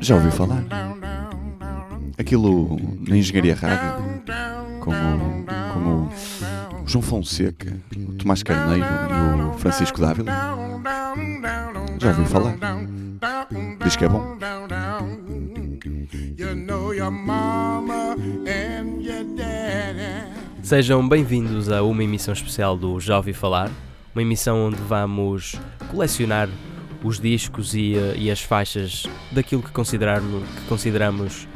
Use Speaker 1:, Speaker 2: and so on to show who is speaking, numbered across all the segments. Speaker 1: Já ouviu falar? Aquilo na engenharia rádio, como, como o João Fonseca, o Tomás Carneiro e o Francisco Dávila. Já ouviu falar? Diz que é bom.
Speaker 2: Sejam bem-vindos a uma emissão especial do Já Ouvi Falar, uma emissão onde vamos colecionar os discos e, eh, e as faixas daquilo que considerarmos, que consideramos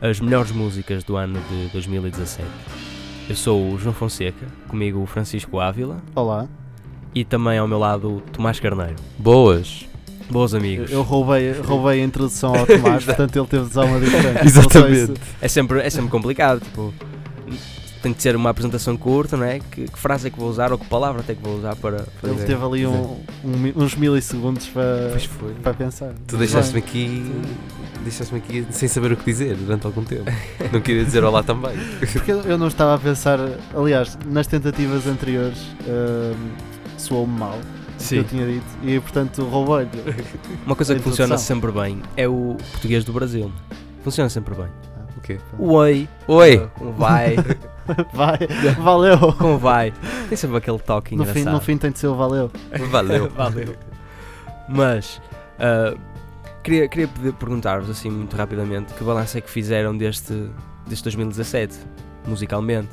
Speaker 2: as melhores músicas do ano de 2017. Eu sou o João Fonseca, comigo o Francisco Ávila
Speaker 3: Olá.
Speaker 2: e também ao meu lado o Tomás Carneiro.
Speaker 4: Boas.
Speaker 2: Boas amigos.
Speaker 3: Eu roubei, roubei a introdução ao Tomás, portanto ele teve de usar uma diferente.
Speaker 4: Exatamente.
Speaker 3: Não sei se-
Speaker 2: É sempre, é sempre complicado, tipo, tem de ser uma apresentação curta, não é? Que, que frase é que vou usar ou que palavra até que vou usar para fazer.
Speaker 3: Ele teve ali um- um mi- uns milissegundos para,
Speaker 4: é. Pois foi.
Speaker 3: para pensar.
Speaker 4: Tu
Speaker 3: Mas
Speaker 4: deixaste-me
Speaker 3: bem.
Speaker 4: aqui. Deixaste-me aqui sem saber o que dizer durante algum tempo. Não queria dizer olá também.
Speaker 3: Porque eu- eu não estava a pensar. Aliás, nas tentativas anteriores hum, soou-me mal o que eu tinha dito e portanto roubei-lhe.
Speaker 2: Uma coisa
Speaker 3: a
Speaker 2: que funciona
Speaker 3: introdução.
Speaker 2: sempre bem é o português do Brasil. Funciona sempre bem.
Speaker 4: O quê?
Speaker 2: O oi,
Speaker 4: Oi!
Speaker 2: um vai,
Speaker 3: Vai, valeu.
Speaker 2: com vai. Tem sempre aquele toque
Speaker 3: No fim,
Speaker 2: engraçado.
Speaker 3: no fim tem de ser o valeu.
Speaker 4: Valeu.
Speaker 2: Valeu. Mas ah, queria, queria pedir- perguntar-vos assim muito rapidamente que balanço é que fizeram deste, deste 2017, musicalmente.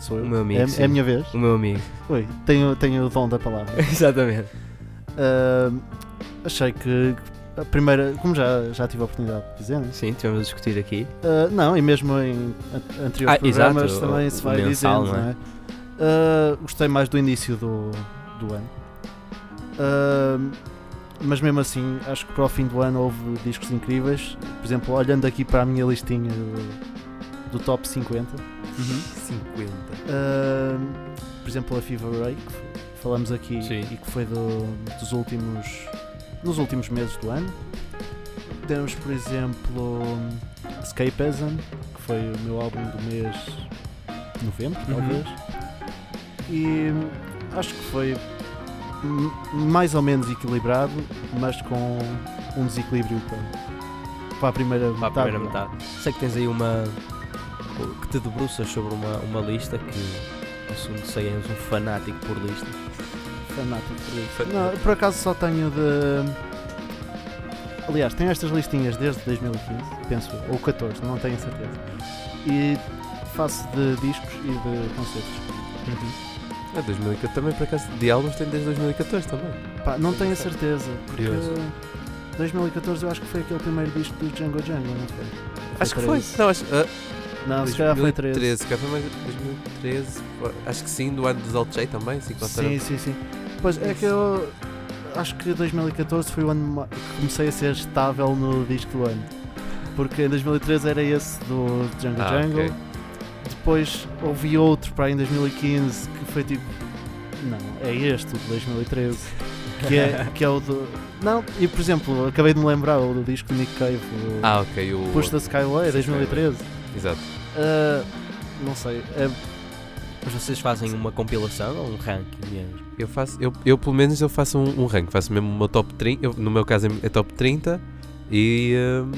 Speaker 3: Sou
Speaker 2: eu? O meu amigo,
Speaker 3: É,
Speaker 2: sim.
Speaker 3: é a minha vez.
Speaker 2: O meu amigo.
Speaker 3: Ui, tenho, tenho o dom da palavra.
Speaker 2: Exatamente.
Speaker 3: Hum, achei que a primeira, como já, já tive a oportunidade de dizer, né?
Speaker 2: Sim, estivemos a discutir aqui.
Speaker 3: Uh, não, e mesmo em an- anteriores
Speaker 2: Ah,
Speaker 3: programas
Speaker 2: exato,
Speaker 3: também
Speaker 2: o-
Speaker 3: se
Speaker 2: o
Speaker 3: vai
Speaker 2: mensal,
Speaker 3: dizendo,
Speaker 2: não
Speaker 3: não
Speaker 2: é?
Speaker 3: é? Uh, gostei mais do início do, do ano. Uh, mas mesmo assim, acho que para o fim do ano houve discos incríveis. Por exemplo, olhando aqui para a minha listinha do, do top 50, uh,
Speaker 2: Uhum.
Speaker 4: 50.
Speaker 3: por exemplo, a Fever Ray, que f- falamos aqui
Speaker 2: Sim.
Speaker 3: e que foi do- dos últimos, nos últimos meses do ano. Temos, por exemplo, Escapism, que foi o meu álbum do mês de novembro,
Speaker 2: Uhum.
Speaker 3: talvez. E acho que foi m- mais ou menos equilibrado, mas com um desequilíbrio para, para a primeira
Speaker 2: Para a
Speaker 3: metade. é?
Speaker 2: primeira
Speaker 3: do ano.
Speaker 2: metade. Sei que tens aí uma. que te debruças sobre uma, uma lista que, ao segundo sei, és um fanático por listas.
Speaker 3: Fanático por isso. Não, por acaso só tenho de. Aliás, tenho estas listinhas desde 2015, penso eu, ou 14, não tenho certeza. E faço de discos e de concertos. Uhum.
Speaker 4: Ah, 2014 também, por acaso, de álbuns tem desde 2014 também.
Speaker 3: Pá, não tenho a certeza, porque
Speaker 4: Curioso.
Speaker 3: 2014 eu acho que foi aquele primeiro disco do Django Django, não foi?
Speaker 4: Acho que foi.
Speaker 3: 13.
Speaker 4: Não, acho, ah,
Speaker 3: Não, se calhar foi 13.
Speaker 4: 2013, se calhar foi mais 2013. pô, Acho que sim, do ano dos Alt J também. Sim,
Speaker 3: Sim, sim, sim. Pois é que eu acho que 2014 foi o ano ma- que comecei a ser estável no disco do ano. Porque em 2013 era esse do Django
Speaker 4: Ah,
Speaker 3: Django.
Speaker 4: ok.
Speaker 3: Depois ouvi outro para aí em 2015 que foi tipo. Não, é este o de 2013. Que é, que é o do. Não, e por exemplo, acabei de me lembrar o do disco do Nick Cave, o
Speaker 4: Ah, ok. O...
Speaker 3: Push the Skyway, 2013.
Speaker 4: Exato.
Speaker 3: Ah, não sei. é-
Speaker 2: Mas vocês fazem uma compilação ou um ranking mesmo?
Speaker 4: Eu faço, eu, eu pelo menos eu faço um, um ranking, faço mesmo uma top 30, eu- no meu caso é é top 30 e hum,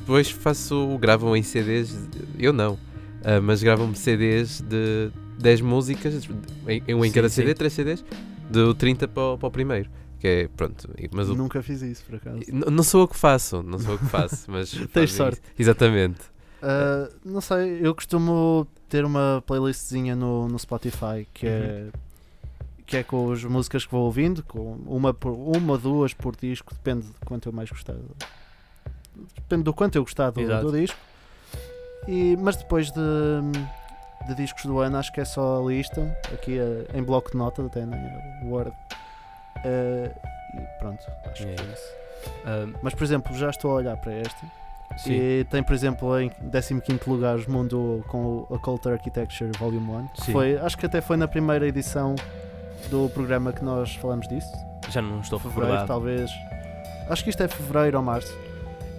Speaker 4: depois faço, gravam em CDs, eu não, ah, mas gravam-me CDs de 10 músicas, em, em- um em
Speaker 2: Sim,
Speaker 4: cada
Speaker 2: sim.
Speaker 4: CD, 3 CDs, do 30 para, o- para o primeiro, que é pronto, e- mas o-
Speaker 3: Nunca fiz isso, por acaso.
Speaker 4: n- não sou eu que faço, não sou eu que faço, mas fazem isso.
Speaker 3: sorte.
Speaker 4: Exatamente.
Speaker 3: Uh, não sei, eu costumo ter uma playlistzinha no, no Spotify que
Speaker 2: Uhum.
Speaker 3: é que é com as músicas que vou ouvindo, com uma por uma duas por disco, depende de quanto eu mais gostar. Depende do quanto eu gostar do,
Speaker 2: Exato.
Speaker 3: do disco. E, mas depois de, de discos do ano acho que é só a lista, aqui eh, em bloco de nota até né, Word. Eh, e pronto, acho
Speaker 2: É
Speaker 3: que é isso.
Speaker 2: Ah,
Speaker 3: Mas por exemplo, já estou a olhar para esta.
Speaker 2: sim.
Speaker 3: E tem, por exemplo, em 15 lugar Mundo com o Occult Architecture Volume 1. que
Speaker 2: Sim.
Speaker 3: Foi, acho que até foi na primeira edição do programa que nós falamos disso.
Speaker 2: Já não estou
Speaker 3: é Fevereiro,
Speaker 2: recordado.
Speaker 3: talvez. Acho que isto é fevereiro ou março.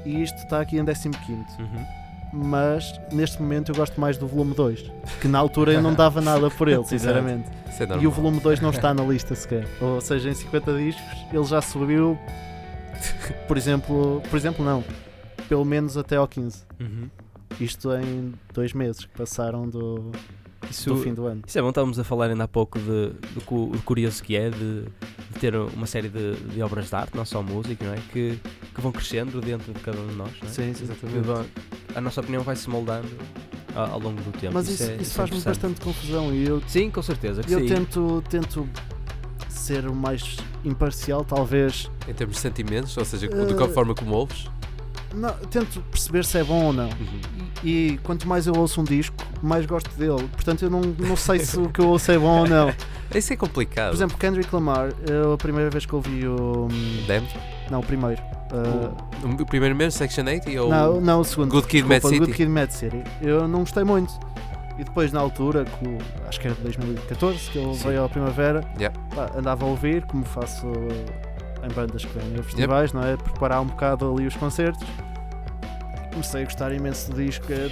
Speaker 3: E isto está aqui em 15.
Speaker 2: Uhum.
Speaker 3: Mas neste momento eu gosto mais do volume 2. Que na altura eu não dava nada por ele, sinceramente.
Speaker 4: Isso é
Speaker 3: e o
Speaker 4: normal.
Speaker 3: volume 2 não está na lista sequer. Ou seja, em 50 discos ele já subiu Por exemplo, por exemplo, não. Pelo menos até ao 15.
Speaker 2: Uhum.
Speaker 3: Isto em dois meses que passaram do,
Speaker 2: Isso,
Speaker 3: do fim do ano.
Speaker 2: Isso é bom, estávamos a falar ainda há pouco de, do cu- o curioso que é de, de ter uma série de, de obras de arte, não só música, não é? Que, que vão crescendo dentro de cada um de nós, não é?
Speaker 3: Sim,
Speaker 2: Que
Speaker 3: sim.
Speaker 2: vão- a nossa opinião vai se moldando ao, ao longo do tempo.
Speaker 3: Mas isso,
Speaker 2: é-
Speaker 3: isso
Speaker 2: é
Speaker 3: faz-me
Speaker 2: interessante.
Speaker 3: bastante confusão e eu
Speaker 2: Sim, com certeza que
Speaker 3: Eu
Speaker 2: sim.
Speaker 3: tento, tento ser o mais imparcial, talvez.
Speaker 4: Em termos de sentimentos, ou seja,
Speaker 3: Eh,
Speaker 4: de qual forma como ouves.
Speaker 3: Não, tento perceber se é bom ou não.
Speaker 4: Uhum.
Speaker 3: E, e quanto mais eu ouço um disco, mais gosto dele. Portanto, eu não, não sei se o que eu ouço é bom ou não.
Speaker 4: Isso é complicado.
Speaker 3: Por exemplo, Kendrick Lamar, eu, a primeira vez que ouvi o. hum,
Speaker 4: Damn.
Speaker 3: Não, o primeiro. uh,
Speaker 4: Um, O- o primeiro mesmo, Section 80 ou
Speaker 3: não, não, o segundo.
Speaker 4: Good Kid, Mad
Speaker 3: Desculpa,
Speaker 4: City?
Speaker 3: Good Kid Mad City. Eu não gostei muito. E depois, na altura, com, acho que era 2014, que ele
Speaker 4: Sim.
Speaker 3: veio à Primavera,
Speaker 4: Yeah.
Speaker 3: pá, andava a ouvir, como faço em bandas que vêm a festivais, não é? Preparar um bocado ali os concertos. Comecei a gostar imenso do disco, é,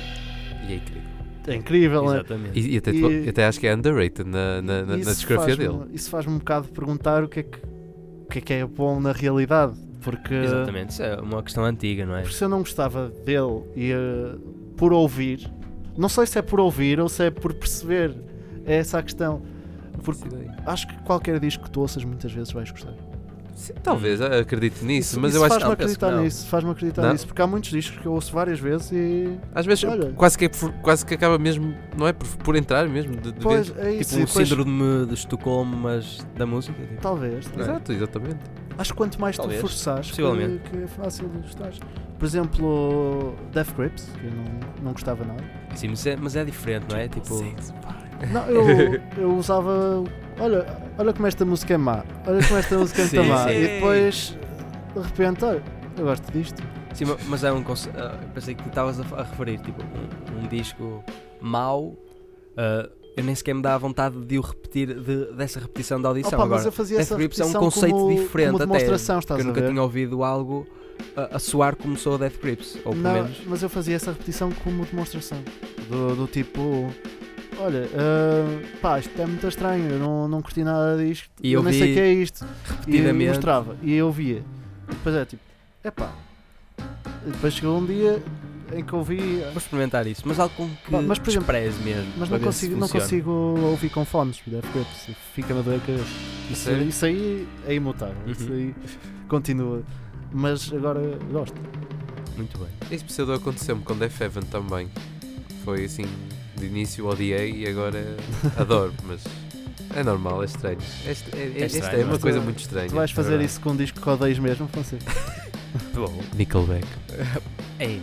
Speaker 4: E é incrível.
Speaker 3: é incrível, não é?
Speaker 2: Exatamente.
Speaker 4: E, e até,
Speaker 3: E-
Speaker 4: até acho que é underrated na, na, na, na
Speaker 3: Isso
Speaker 4: discografia
Speaker 3: faz-me-
Speaker 4: dele.
Speaker 3: Isso faz-me um bocado perguntar o que é que, o que é que é bom na realidade, porque.
Speaker 2: Exatamente, isso é uma questão antiga, não é?
Speaker 3: Porque se eu não gostava dele e eh, por ouvir, não sei se é por ouvir ou se é por perceber. É essa a questão. Porque acho que qualquer disco que tu ouças muitas vezes vais gostar.
Speaker 4: Sim, talvez, ah, acredito nisso, mas eu
Speaker 3: Hum. isso
Speaker 4: acho
Speaker 3: faz-me
Speaker 2: não, penso que
Speaker 3: acreditar
Speaker 2: não.
Speaker 3: nisso, faz-me acreditar
Speaker 4: Não?
Speaker 3: nisso, porque há muitos discos que eu ouço várias vezes e.
Speaker 4: Às vezes
Speaker 3: Olha.
Speaker 4: quase que, é por- quase que acaba mesmo, não é? Por, por entrar mesmo. De, de
Speaker 3: Pois,
Speaker 4: vez.
Speaker 3: é isso.
Speaker 2: Tipo um
Speaker 3: e depois-
Speaker 2: síndrome de Estocolmo, mas da música. tipo.
Speaker 3: Talvez. talvez.
Speaker 4: Exato, exatamente.
Speaker 3: Acho que quanto mais
Speaker 2: Talvez.
Speaker 3: tu forçares, que,
Speaker 2: Possivelmente.
Speaker 3: que é fácil de gostar. Por exemplo, Death Grips, que eu não, não gostava nada.
Speaker 2: Sim, mas é, mas é diferente, não é? Tipo,
Speaker 3: Não, eu, eu usava. Olha, olha como esta música é má. Olha como esta música é muito
Speaker 2: Sim,
Speaker 3: má.
Speaker 2: sim.
Speaker 3: E depois, de repente, olha, eu gosto disto.
Speaker 2: sim, ma- mas é um conce- ah, eu pensei que estavas a, fa- a referir, tipo, um, um disco mau. ah, eu nem sequer me dá a vontade de o repetir, de- dessa repetição da audição.
Speaker 3: Opa, mas
Speaker 2: Agora,
Speaker 3: eu fazia
Speaker 2: Death
Speaker 3: essa
Speaker 2: Grips é um
Speaker 3: repetição
Speaker 2: conceito
Speaker 3: como,
Speaker 2: diferente
Speaker 3: como
Speaker 2: até,
Speaker 3: demonstração, estás
Speaker 2: porque eu
Speaker 3: a
Speaker 2: nunca
Speaker 3: ver?
Speaker 2: tinha ouvido algo a, a soar como soa Death Grips, ou pelo
Speaker 3: Não,
Speaker 2: menos.
Speaker 3: mas eu fazia essa repetição como demonstração. Do, do tipo. Olha, ah, pá, isto é muito estranho, eu não, não curti nada disto,
Speaker 2: E
Speaker 3: eu
Speaker 2: eu
Speaker 3: nem
Speaker 2: vi
Speaker 3: sei o que é isto. E eu
Speaker 2: Repetidamente.
Speaker 3: mostrava, e eu via. E depois é tipo, epá. E Depois chegou um dia em que eu vi,
Speaker 2: Vou experimentar isso, mas algo com que
Speaker 3: Pá, mas, por exemplo,
Speaker 2: despreze mesmo.
Speaker 3: Mas
Speaker 2: para
Speaker 3: não
Speaker 2: ver se
Speaker 3: consigo, não
Speaker 2: funciona.
Speaker 3: consigo ouvir com fones, Death Grips. Fica na doer a cabeça. Isso,
Speaker 4: sério?
Speaker 3: isso aí é imutável. Isso
Speaker 2: Uhum.
Speaker 3: aí continua. Mas agora gosto.
Speaker 2: Muito bem.
Speaker 4: Esse pseudo aconteceu-me com Def Heaven também. Foi assim, de início odiei e agora adoro, mas é normal, é estranho. É, est- é- é-
Speaker 2: É
Speaker 4: esta
Speaker 2: estranho,
Speaker 4: é uma
Speaker 2: mas
Speaker 4: coisa
Speaker 3: tu-
Speaker 4: muito estranha.
Speaker 3: tu vais
Speaker 4: é
Speaker 3: fazer
Speaker 4: verdade.
Speaker 3: isso com um disco que odeias mesmo, assim? Francisco?
Speaker 4: Nickelback.
Speaker 2: Ei,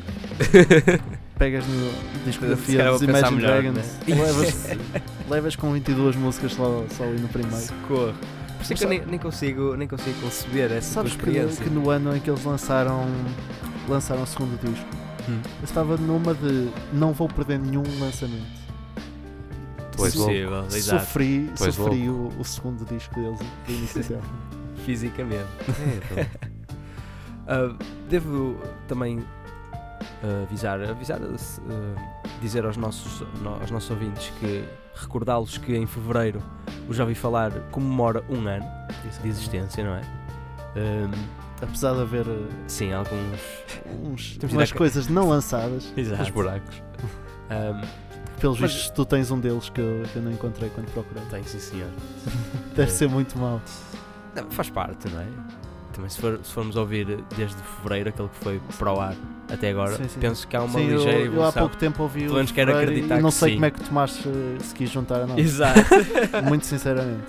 Speaker 3: Pegas no
Speaker 2: Se
Speaker 3: discografia
Speaker 2: calhar
Speaker 3: dos
Speaker 2: vou pensar
Speaker 3: Imagine
Speaker 2: melhor,
Speaker 3: Dragons,
Speaker 2: né?
Speaker 3: levas, levas com 22 músicas só, só ali no primeiro.
Speaker 2: socorro. Por isso é que eu nem, nem consigo, nem consigo conceber essa tua
Speaker 3: Sabes que,
Speaker 2: experiência.
Speaker 3: que no ano em que eles lançaram, lançaram o segundo disco,
Speaker 2: Hum.
Speaker 3: eu estava numa de não vou perder nenhum lançamento.
Speaker 4: Pois É, logo.
Speaker 2: Possível, exato.
Speaker 3: Sofri,
Speaker 4: Pois
Speaker 3: sofri o, o segundo disco deles de iniciação.
Speaker 2: Fisicamente.
Speaker 4: É, então.
Speaker 2: Ah, devo também ah, avisar, avisar ah, dizer aos nossos, no- aos nossos ouvintes que recordá-los que em fevereiro o Já Ouvi Falar comemora um ano de existência, não é? Ah,
Speaker 3: Apesar de haver uh,
Speaker 2: sim, alguns.
Speaker 3: uns,
Speaker 2: Temos de
Speaker 3: umas
Speaker 2: dar ca-
Speaker 3: coisas não lançadas,
Speaker 2: Exato.
Speaker 4: Os buracos.
Speaker 2: Ah,
Speaker 3: que pelos
Speaker 2: Mas-
Speaker 3: vistos tu tens um deles que eu, que eu não encontrei quando procurei.
Speaker 2: tem, sim, senhor.
Speaker 3: Deve ser muito mau.
Speaker 2: Não, faz parte, não é? Também se, for- se formos ouvir desde fevereiro, aquele que foi para o ar até agora,
Speaker 3: Sim, sim.
Speaker 2: penso que há uma
Speaker 3: Sim, eu,
Speaker 2: ligeira
Speaker 3: eu há
Speaker 2: evolução.
Speaker 3: pouco tempo ouvi
Speaker 2: Pelo
Speaker 3: o
Speaker 2: menos quero
Speaker 3: Ferreira
Speaker 2: acreditar
Speaker 3: e não
Speaker 2: que
Speaker 3: sei
Speaker 2: sim.
Speaker 3: como é que tomaste uh, se quis juntar ou não.
Speaker 2: Exato.
Speaker 3: Muito sinceramente.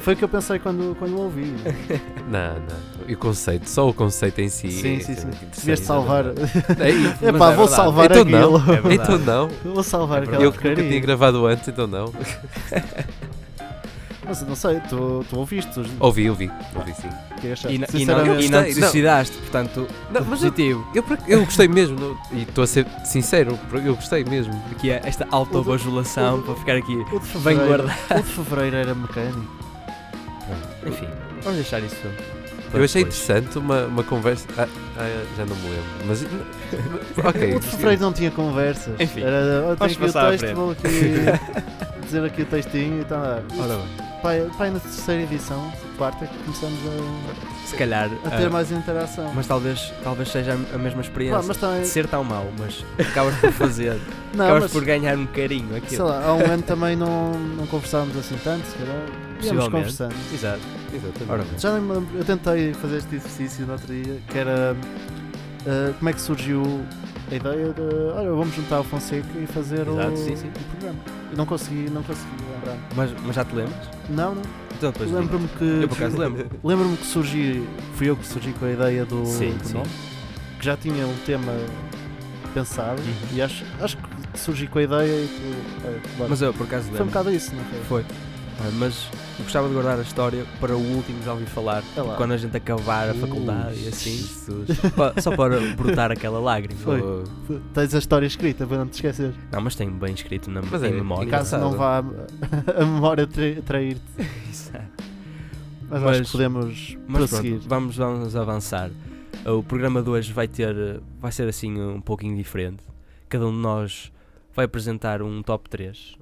Speaker 3: Foi o que eu pensei quando, quando o ouvi.
Speaker 4: Não, não. E o conceito, só o conceito em si.
Speaker 3: Sim,
Speaker 4: é-
Speaker 3: sim, sim.
Speaker 4: é muito
Speaker 3: Devias
Speaker 4: interessante.
Speaker 3: salvar.
Speaker 4: É, mas é
Speaker 3: Epá, vou
Speaker 4: verdade.
Speaker 3: salvar
Speaker 4: então
Speaker 3: aquilo.
Speaker 4: Não.
Speaker 2: É verdade.
Speaker 4: Então não.
Speaker 3: Vou salvar
Speaker 2: É
Speaker 3: aquela
Speaker 4: Eu que nunca
Speaker 3: porcaria.
Speaker 4: tinha gravado antes, então não.
Speaker 3: Mas eu não sei, tu, tu ouviste os.
Speaker 4: Ouvi, ouvi. Ouvi sim.
Speaker 3: que achaste?
Speaker 2: Oh, E, não- e não,
Speaker 3: Sinceramente,
Speaker 2: e não
Speaker 4: Sinceramente.
Speaker 2: te suicidaste, portanto,
Speaker 4: Não, mas eu,
Speaker 2: positivo.
Speaker 4: eu, por ac- eu gostei mesmo. não- e estou a ser sincero, porque eu gostei mesmo.
Speaker 2: Aqui é esta autovajulação para ficar aqui
Speaker 3: o de
Speaker 2: bem
Speaker 3: fevereiro-
Speaker 2: guardado.
Speaker 3: O de fevereiro era mecânico.
Speaker 2: Enfim, vamos deixar isso. para
Speaker 4: Eu achei
Speaker 2: depois.
Speaker 4: interessante uma, uma conversa. Ah, ah, já não me lembro. Mas.
Speaker 3: O
Speaker 4: ok.
Speaker 3: de fevereiro não tinha conversas.
Speaker 2: É Enfim,
Speaker 3: Era, olha,
Speaker 2: vamos
Speaker 3: tenho aqui o
Speaker 2: passar à
Speaker 3: texto,
Speaker 2: frente.
Speaker 3: vou aqui dizer aqui o textinho e tal.
Speaker 2: Ora bem.
Speaker 3: Pai, pai na terceira edição, parte é que começamos a,
Speaker 2: Se calhar.
Speaker 3: a ter
Speaker 2: ah,
Speaker 3: mais interação.
Speaker 2: Mas talvez, talvez seja a mesma experiência.
Speaker 3: Pá, mas também,
Speaker 2: de ser tão mau, mas acabas por fazer,
Speaker 3: não,
Speaker 2: acabas
Speaker 3: mas,
Speaker 2: por ganhar um carinho aqui.
Speaker 3: sei lá, há um ano também não, não conversávamos assim tanto, se calhar. Íamos
Speaker 2: Possivelmente.
Speaker 3: conversando.
Speaker 2: Exato.
Speaker 4: Exatamente.
Speaker 2: Ora bem.
Speaker 3: Já nem me lembro, eu tentei fazer este exercício no outro dia, que era ah, como é que surgiu a ideia de olha, vamos juntar o Fonseca e fazer o,
Speaker 2: Exato, sim, sim.
Speaker 3: o programa. Eu não consegui, não consegui lembrar.
Speaker 2: Mas, mas já te lembras?
Speaker 3: Não, não.
Speaker 2: Então depois digo.
Speaker 3: Lembro-me que.
Speaker 2: Eu por acaso lembro.
Speaker 3: Lembro-me que surgi, fui eu que surgi com a ideia do,
Speaker 2: Sim,
Speaker 3: do
Speaker 2: sim.
Speaker 3: nome, que já tinha um tema pensado
Speaker 2: Uhum.
Speaker 3: e acho, acho que surgi com a ideia e tu, olha, bora.
Speaker 2: Mas eu por acaso
Speaker 3: foi um
Speaker 2: lembro.
Speaker 3: bocado isso, não foi?
Speaker 2: Foi. Ah, Mas eu gostava de guardar a história para o último já ouvi falar.
Speaker 3: Sei lá.
Speaker 2: Quando a gente acabar a
Speaker 4: Ui,
Speaker 2: faculdade e assim,
Speaker 4: Jesus.
Speaker 2: pa- só para brotar aquela lágrima.
Speaker 3: Foi.
Speaker 4: Oh,
Speaker 3: Tens a história escrita para não te esquecer.
Speaker 2: Não, mas tem bem escrito na
Speaker 4: Mas
Speaker 2: em
Speaker 4: é
Speaker 2: memória.
Speaker 3: Caso
Speaker 4: Engraçado.
Speaker 3: não vá a, a memória tra- trair-te.
Speaker 2: Exato.
Speaker 3: Mas,
Speaker 2: Mas-
Speaker 3: acho que podemos
Speaker 2: Mas
Speaker 3: prosseguir.
Speaker 2: pronto, vamos, vamos avançar. Ah, O programa de hoje vai ter, ah, vai ser assim um pouquinho diferente. Cada um de nós vai apresentar um top 3.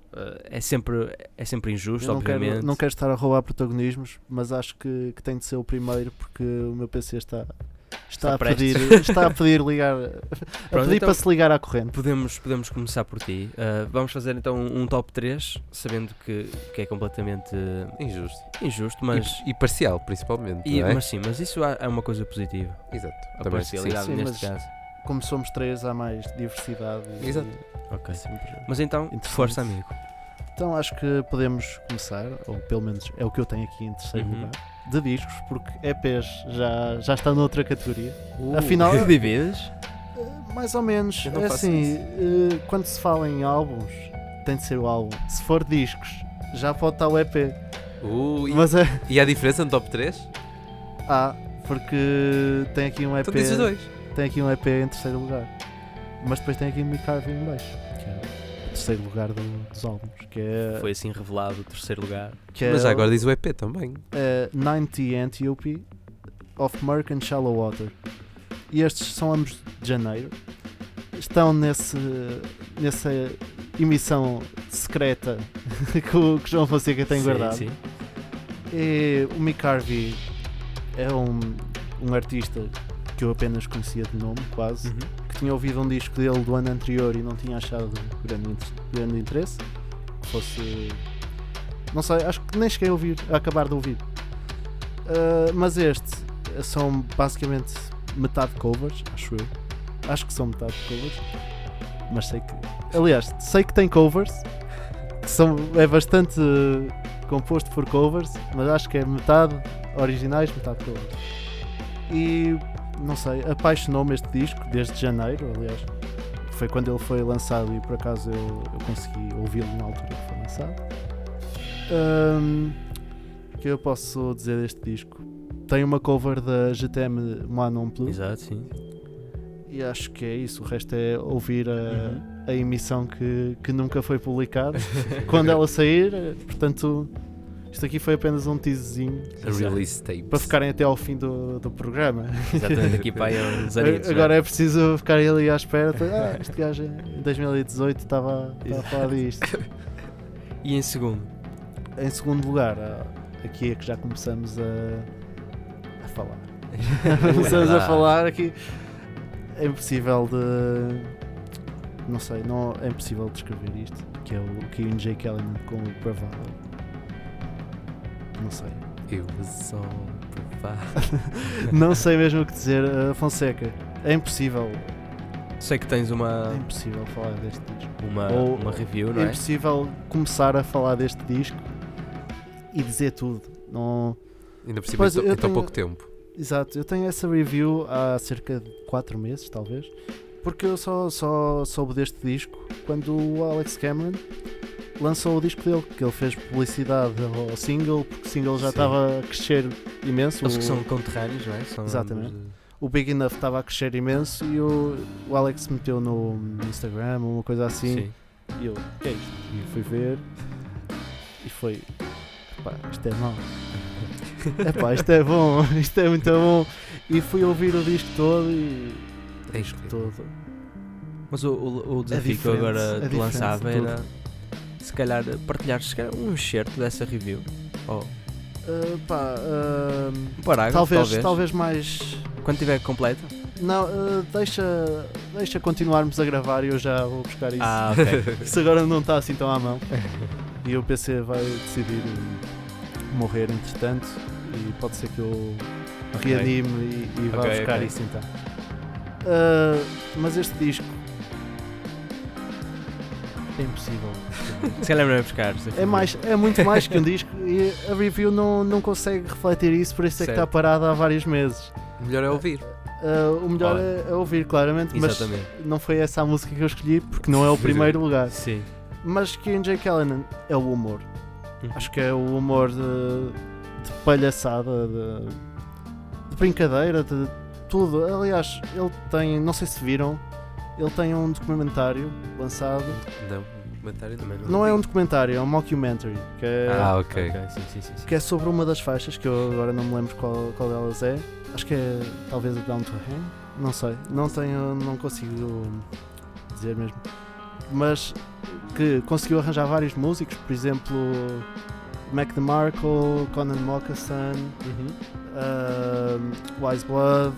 Speaker 2: É sempre, é sempre
Speaker 3: Eu
Speaker 2: injusto,
Speaker 3: não
Speaker 2: obviamente.
Speaker 3: quero, não quero estar a roubar protagonismos, mas acho que, que tem de ser o primeiro porque o meu PC está, está,
Speaker 2: Está
Speaker 3: a,
Speaker 2: prestes.
Speaker 3: pedir, está a pedir ligar a
Speaker 2: Pronto,
Speaker 3: pedir
Speaker 2: então-
Speaker 3: para se ligar à corrente.
Speaker 2: Podemos, podemos começar por ti. Ah, vamos fazer então um, um top 3, sabendo que, que é completamente ah,
Speaker 4: Injusto.
Speaker 2: injusto,
Speaker 4: Mas...
Speaker 2: mas,
Speaker 4: E, e parcial, principalmente.
Speaker 2: e-
Speaker 4: não é?
Speaker 2: mas sim, mas isso há- é uma coisa positiva.
Speaker 4: Exato.
Speaker 2: A
Speaker 4: Também acho que sim.
Speaker 2: parcialidade
Speaker 3: Sim,
Speaker 2: neste
Speaker 3: mas-
Speaker 2: caso.
Speaker 3: Como somos três, há mais diversidade. e-
Speaker 4: Exato.
Speaker 2: Ok.
Speaker 3: e sempre-
Speaker 2: Mas então,
Speaker 3: Interessante.
Speaker 2: força amigo.
Speaker 3: Então acho que podemos começar, ou pelo menos é o que eu tenho aqui em terceiro
Speaker 2: Uhum.
Speaker 3: lugar, de discos, porque EPs já, já está noutra categoria.
Speaker 2: Uh.
Speaker 3: Afinal-
Speaker 2: Tu divides?
Speaker 3: Uh, Mais ou menos.
Speaker 4: Eu não
Speaker 3: É
Speaker 4: faço
Speaker 3: assim, uh, quando se fala em álbuns, tem de ser o álbum. Se for discos, já pode estar o EP.
Speaker 4: Uh, e,
Speaker 3: Mas é.
Speaker 4: e há diferença no top 3?
Speaker 3: Há, porque tem aqui um EP.
Speaker 4: Então dizes dois.
Speaker 3: Tem aqui um EP em terceiro lugar. Mas depois tem aqui um o Mick Harvey em baixo, que é o terceiro lugar do- dos álbuns. Que é.
Speaker 2: Foi assim revelado o terceiro lugar.
Speaker 3: Que é
Speaker 4: Mas já agora diz o EP também.
Speaker 3: é 90 Antiope of Murk and Shallow Water. E estes são ambos de janeiro. Estão nesse, nessa emissão secreta que o que o João Fonseca tem
Speaker 2: Sim,
Speaker 3: guardado.
Speaker 2: sim.
Speaker 3: E o Mick Harvey é um, um artista que eu apenas conhecia de nome, quase que tinha ouvido um disco dele do ano anterior e não tinha achado grande, inter- grande interesse, que fosse. Não sei, acho que nem cheguei a ouvir, a acabar de ouvir. Ah, mas este são basicamente metade covers, acho eu. Acho que são metade covers, mas sei que. Aliás, sei que tem covers, que são, é bastante eh, composto por covers, mas acho que é metade originais, metade covers. E não sei, apaixonou-me este disco desde janeiro, aliás. Foi quando ele foi lançado e por acaso eu, eu consegui ouvi-lo na altura que foi lançado. Ahm, O que eu posso dizer deste disco? Tem uma cover da GTM Manon Plus
Speaker 2: Exato, sim.
Speaker 3: e acho que é isso. O resto é ouvir a,
Speaker 2: Uhum.
Speaker 3: a emissão que, que nunca foi publicada. Quando ela sair, portanto, isto aqui foi apenas um teaserzinho
Speaker 4: A release tape.
Speaker 3: para ficarem até ao fim do, do programa.
Speaker 2: Exatamente, aqui vai aos anitos.
Speaker 3: Agora é preciso ficar ali à espera. Ah, este gajo em 2018 estava estava a é falar disto.
Speaker 2: E em segundo?
Speaker 3: Em segundo lugar, ah, aqui é que já começamos a, a falar. começamos a
Speaker 4: lá.
Speaker 3: falar aqui. É impossível de. Não sei, não, é impossível descrever isto. Que é o Kevin J. Kelly com o Bravado. Não sei.
Speaker 4: Eu sou provável.
Speaker 3: Não sei mesmo o que dizer. ah, Fonseca, é impossível.
Speaker 2: Sei que tens uma,
Speaker 3: É impossível falar deste disco.
Speaker 2: uma,
Speaker 3: Ou-
Speaker 2: uma review, não
Speaker 3: é
Speaker 2: é?
Speaker 3: impossível começar a falar deste disco e dizer tudo. Não...
Speaker 4: Ainda por cima
Speaker 3: Pois,
Speaker 4: em tão-
Speaker 3: eu
Speaker 4: em tão
Speaker 3: tenho-
Speaker 4: pouco tempo.
Speaker 3: Exato, eu tenho essa review há cerca de 4 meses, talvez, porque eu só, só soube deste disco quando o Alex Cameron lançou o disco dele, que ele fez publicidade ao single, porque o single já
Speaker 4: Sim.
Speaker 3: estava a crescer imenso.
Speaker 2: Eles
Speaker 3: o-
Speaker 2: que são conterrâneos, não é? São
Speaker 3: Exatamente.
Speaker 2: ambos,
Speaker 3: o Big Enough estava a crescer imenso e o, o Alex meteu no no Instagram, uma coisa
Speaker 2: uh,
Speaker 3: assim. E eu, que é isto? E fui ver e foi. Pá, isto é mau. Epá, isto é bom, isto é muito bom. E fui ouvir o disco todo e.
Speaker 4: É
Speaker 3: disco
Speaker 4: incrível.
Speaker 3: todo.
Speaker 2: Mas o, o, o desafio que eu
Speaker 3: diferente,
Speaker 2: agora
Speaker 3: é
Speaker 2: te lançava
Speaker 3: diferente de
Speaker 2: era se calhar partilhar se calhar, um excerto dessa review. Ou
Speaker 3: Ah, pá, ah,
Speaker 2: Um parágrafo,
Speaker 3: talvez,
Speaker 2: talvez.
Speaker 3: talvez, mais.
Speaker 2: Quando tiver completo.
Speaker 3: Não, ah, deixa, deixa continuarmos a gravar e eu já vou buscar É isso.
Speaker 2: Ah, ok.
Speaker 3: Isso agora não está assim tão à mão. E o PC vai decidir eh, morrer entretanto. E pode ser que eu
Speaker 2: Ok.
Speaker 3: reanime e, e vá
Speaker 2: Ok,
Speaker 3: buscar
Speaker 2: ok.
Speaker 3: isso então. Ah, mas este disco. É impossível.
Speaker 2: Se calhar não é buscar. se
Speaker 3: É,
Speaker 2: for.
Speaker 3: mais, é muito mais que um disco e a review não, não consegue refletir isso, por isso é que
Speaker 2: Certo.
Speaker 3: está parada há vários meses.
Speaker 4: Melhor é ouvir.
Speaker 3: Ah, o melhor
Speaker 2: Olha.
Speaker 3: é, é ouvir, claramente, mas
Speaker 2: Exatamente.
Speaker 3: não foi essa a música que eu escolhi porque não é o primeiro lugar.
Speaker 2: Sim.
Speaker 3: Mas que em Jake Callanan é o humor.
Speaker 2: Uhum.
Speaker 3: Acho que é o humor de, de palhaçada, de, de brincadeira, de tudo. Aliás, ele tem, não sei se viram, ele tem um documentário lançado.
Speaker 4: Não, comentário
Speaker 2: Também não.
Speaker 3: Não é um documentário, é um mockumentary, que é,
Speaker 4: Ah, ok.
Speaker 2: sim, sim, sim. sim.
Speaker 3: que é sobre uma das faixas, que eu agora não me lembro qual, qual delas é. Acho que é talvez a Down to Hang. Não sei, não tenho, não consigo dizer mesmo. Mas que conseguiu arranjar vários músicos, por exemplo, Mac DeMarco, Conan Moccasin,
Speaker 4: Uhum.
Speaker 3: Uhum. ahm, Wise Blood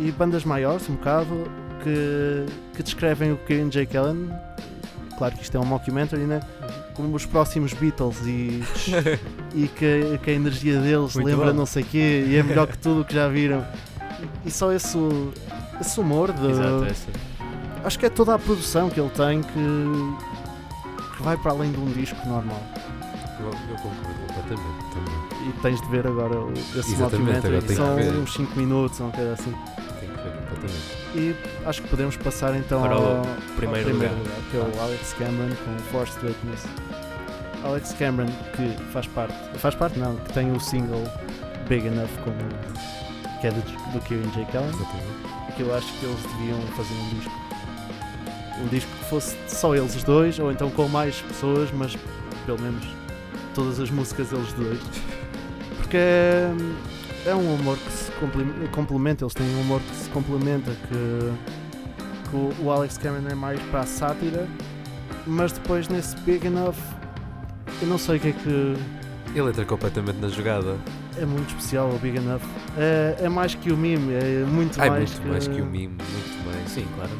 Speaker 3: e bandas maiores, um bocado, que, que descrevem o que é Jake Allen, claro que isto é um mockumentary, né? como os próximos Beatles e, e que, que a energia deles
Speaker 2: Muito
Speaker 3: lembra
Speaker 2: bom.
Speaker 3: não sei o quê e é melhor que tudo o que já viram. E, e só esse, esse humor de.
Speaker 2: Exato, essa.
Speaker 3: Acho que é toda a produção que ele tem que, que vai para além de um disco normal.
Speaker 4: Eu, eu concordo completamente também.
Speaker 3: E tens de ver agora o- esse
Speaker 4: Exatamente, agora
Speaker 3: mockumentary,
Speaker 4: tenho que
Speaker 3: que são
Speaker 4: ver.
Speaker 3: uns 5 minutos, ou uma coisa assim.
Speaker 4: Tem que ver completamente.
Speaker 3: E acho que podemos passar então
Speaker 2: Para o
Speaker 3: ao,
Speaker 2: primeiro Ah.
Speaker 3: ao lugar, que é o Alex Cameron com Forced Witness. Alex Cameron, que faz parte, faz parte não, que tem o single Big Enough como que é do, do Kieran J. Kelly,
Speaker 4: Exatamente.
Speaker 3: que eu acho que eles deviam fazer um disco. Um disco que fosse só eles os dois, ou então com mais pessoas, mas pelo menos todas as músicas eles dois. Porque é, é um humor que se complim- complementa, eles têm um humor que se complementa, que, que o- o Alex Cameron é mais para a sátira, mas depois nesse Big Enough, eu não sei o que é que
Speaker 4: Ele entra completamente na jogada.
Speaker 3: é muito especial o Big Enough. É, é mais que o meme, é muito
Speaker 4: Ai,
Speaker 3: mais
Speaker 4: Ah, muito mais que o mimo, muito mais.
Speaker 2: Sim, claro.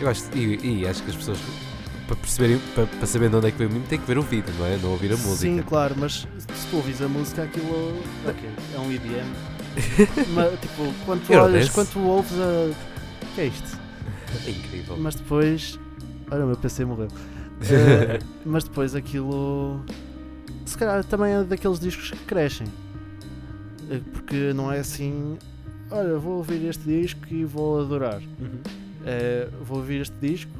Speaker 4: Eu acho, e, e acho que as pessoas, para perceberem, para, para saber de onde é que veio o mimo, têm que ver o vídeo, não é? Não ouvir a música.
Speaker 3: Sim, claro, mas se tu ouvis a música, aquilo ok, é um EDM. mas, tipo, quando tu
Speaker 4: Eurodance.
Speaker 3: olhas, quando tu ouves a. O que é isto?
Speaker 4: É incrível.
Speaker 3: Mas depois. Olha, o meu PC morreu. Eh, mas depois aquilo. Se calhar também é daqueles discos que crescem. Eh, Porque não é assim. Olha, vou ouvir este disco e vou adorar. Eh, vou ouvir este disco,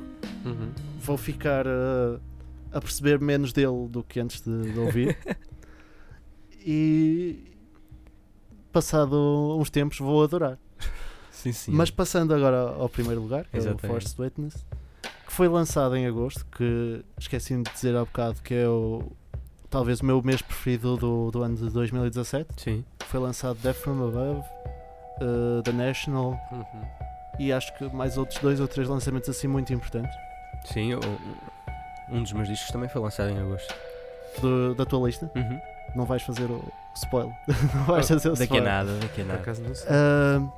Speaker 4: Uhum.
Speaker 3: vou ficar eh, a perceber menos dele do que antes de, de ouvir. e. Passado uns tempos vou adorar.
Speaker 4: Sim, sim.
Speaker 3: Mas passando agora ao primeiro lugar, que é o
Speaker 2: Exatamente.
Speaker 3: Forced Witness, que foi lançado em agosto, que esqueci-me de dizer há bocado que é o talvez o meu mês preferido do, do ano de 2017.
Speaker 2: Sim.
Speaker 3: Foi lançado Death From Above, eh, The National
Speaker 4: Uhum.
Speaker 3: e acho que mais outros dois ou três lançamentos assim muito importantes
Speaker 2: Sim, eu- um dos meus discos também foi lançado em agosto.
Speaker 3: do- da tua lista.
Speaker 4: Uhum.
Speaker 3: Não vais fazer o spoiler. Não vais fazer o
Speaker 2: Daqui a
Speaker 3: spoiler.
Speaker 2: nada, daqui a
Speaker 4: Por
Speaker 2: nada.
Speaker 4: acaso não sei.
Speaker 3: Ah,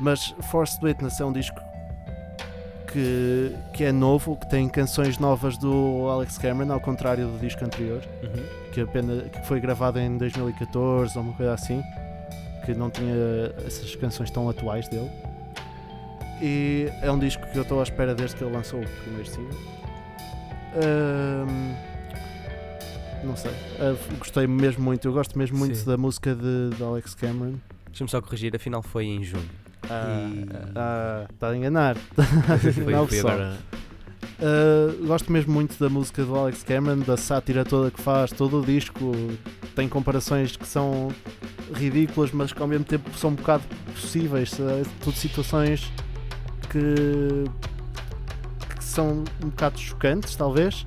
Speaker 3: mas Forced Witness é um disco que, que é novo, que tem canções novas do Alex Cameron, ao contrário do disco anterior,
Speaker 2: Uhum.
Speaker 3: que, apenas, que foi gravado em 2014 ou uma coisa assim, que não tinha essas canções tão atuais dele. E é um disco que eu estou à espera desde que ele lançou o primeiro single. Ahm, não sei, Ah, gostei mesmo muito, eu gosto mesmo muito
Speaker 2: Sim.
Speaker 3: da música de- de Alex Cameron.
Speaker 2: Deixa-me só corrigir, afinal foi em junho.
Speaker 3: Ah, está a enganar.
Speaker 2: Foi,
Speaker 3: Não,
Speaker 2: foi
Speaker 3: pessoal.
Speaker 2: agora.
Speaker 3: Ah, gosto mesmo muito da música do Alex Cameron, da sátira toda que faz, todo o disco tem comparações que são ridículas, mas que ao mesmo tempo são um bocado possíveis, é tudo situações que, que são um bocado chocantes, talvez,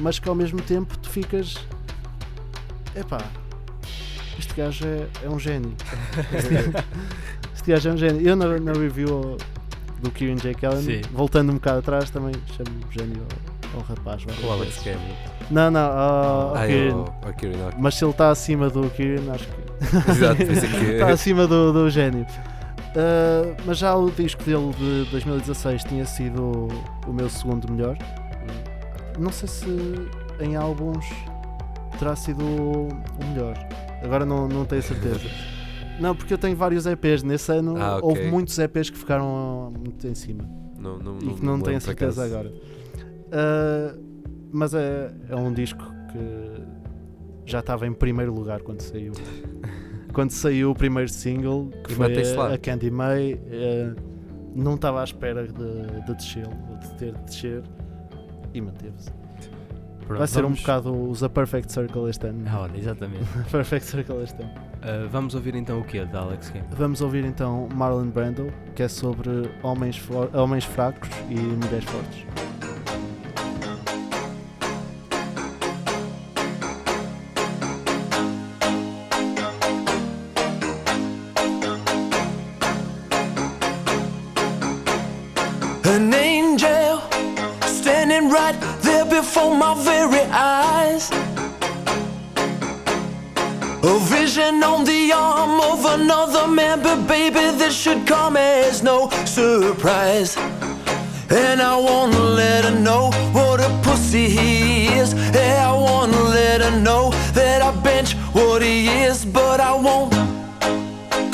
Speaker 3: mas que ao mesmo tempo tu ficas. Epá, este gajo é, é um gênio. este gajo é um gênio. Eu na, na review do Kieran J. Kellen,
Speaker 2: Sim.
Speaker 3: voltando um bocado atrás, também chamo-me gênio ou rapaz. várias
Speaker 4: é O Alex
Speaker 3: vezes.
Speaker 4: Cameron.
Speaker 3: Não, não, ah,
Speaker 4: Ah,
Speaker 3: o
Speaker 4: é
Speaker 3: Kieran.
Speaker 4: o, o Kieran Hawkins.
Speaker 3: Mas se ele está acima do Kieran, acho que
Speaker 4: Exato, por isso é que-
Speaker 3: está acima do, do gênio. Ah, mas já o disco dele de 2016 tinha sido o meu segundo melhor. Não sei se em álbuns terá sido o melhor. Agora não, não tenho certeza. Não, porque eu tenho vários EPs. Nesse ano
Speaker 4: Ah, ok.
Speaker 3: houve muitos EPs que ficaram muito em cima
Speaker 4: Não, não,
Speaker 3: e que não,
Speaker 4: me
Speaker 3: tenho
Speaker 4: lembro, por
Speaker 3: certeza
Speaker 4: acaso.
Speaker 3: agora. Ah, mas é, é um disco que já estava em primeiro lugar quando saiu. quando saiu o primeiro single, que
Speaker 4: E
Speaker 3: foi
Speaker 4: mantém-se lá.
Speaker 3: a, a Candy May, eh, não estava à espera de, de descer, de ter de descer e manteve-se.
Speaker 2: Pronto,
Speaker 3: Vai ser um
Speaker 2: vamos-
Speaker 3: bocado os A Perfect Circle este
Speaker 4: É
Speaker 3: ano.
Speaker 2: Ah, olha, exatamente.
Speaker 3: A Perfect Circle este ano.
Speaker 2: Ah, vamos ouvir então o que da Alex Cameron?
Speaker 3: Vamos ouvir então Marlon Brando, que é sobre homens, for- homens fracos e mulheres fortes.
Speaker 5: An angel standing right there before my very eyes. A vision on the arm of another man, but baby, this should come as no surprise. And I wanna let her know what a pussy he is. Yeah, I wanna let her know that I bench what he is, but I won't.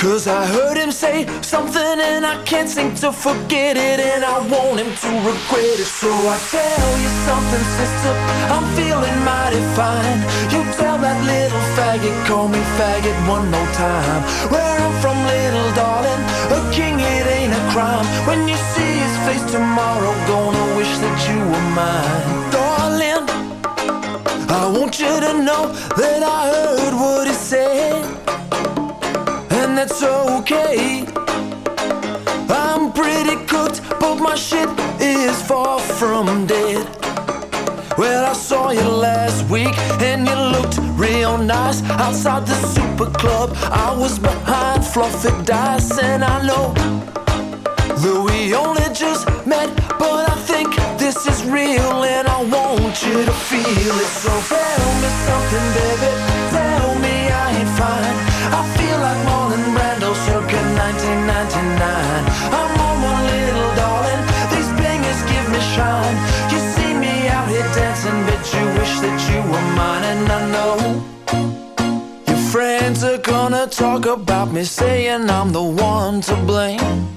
Speaker 5: Cause I heard him say something and I can't seem to forget it And I want him to regret it So I tell you something, sister, I'm feeling mighty fine You tell that little faggot, call me faggot one more time Where I'm from, little darling, a king it ain't a crime When you see his face tomorrow, gonna wish that you were mine Darling, I want you to know that I heard what he said and that's okay. I'm pretty cooked, but my shit is far from dead. Well, I saw you last week and you looked real nice outside the super club. I was behind fluffy dice, and I know that we only just met, but I think this is real and I want you to feel it. So tell me something, baby. Tell me I ain't fine. I feel like Marlon Brando circa 1999. I'm on my little darling. These bangers give me shine. You see me out here dancing, but you wish that you were mine, and I know. Your friends are gonna talk about me, saying I'm the one to blame.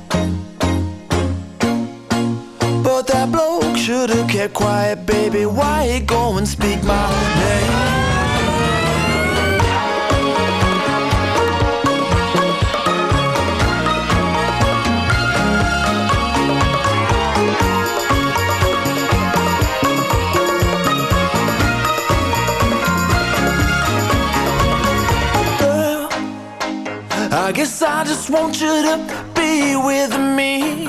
Speaker 5: But that bloke should've kept quiet, baby. Why he go and speak my name? Girl, I guess I just want you to be with me.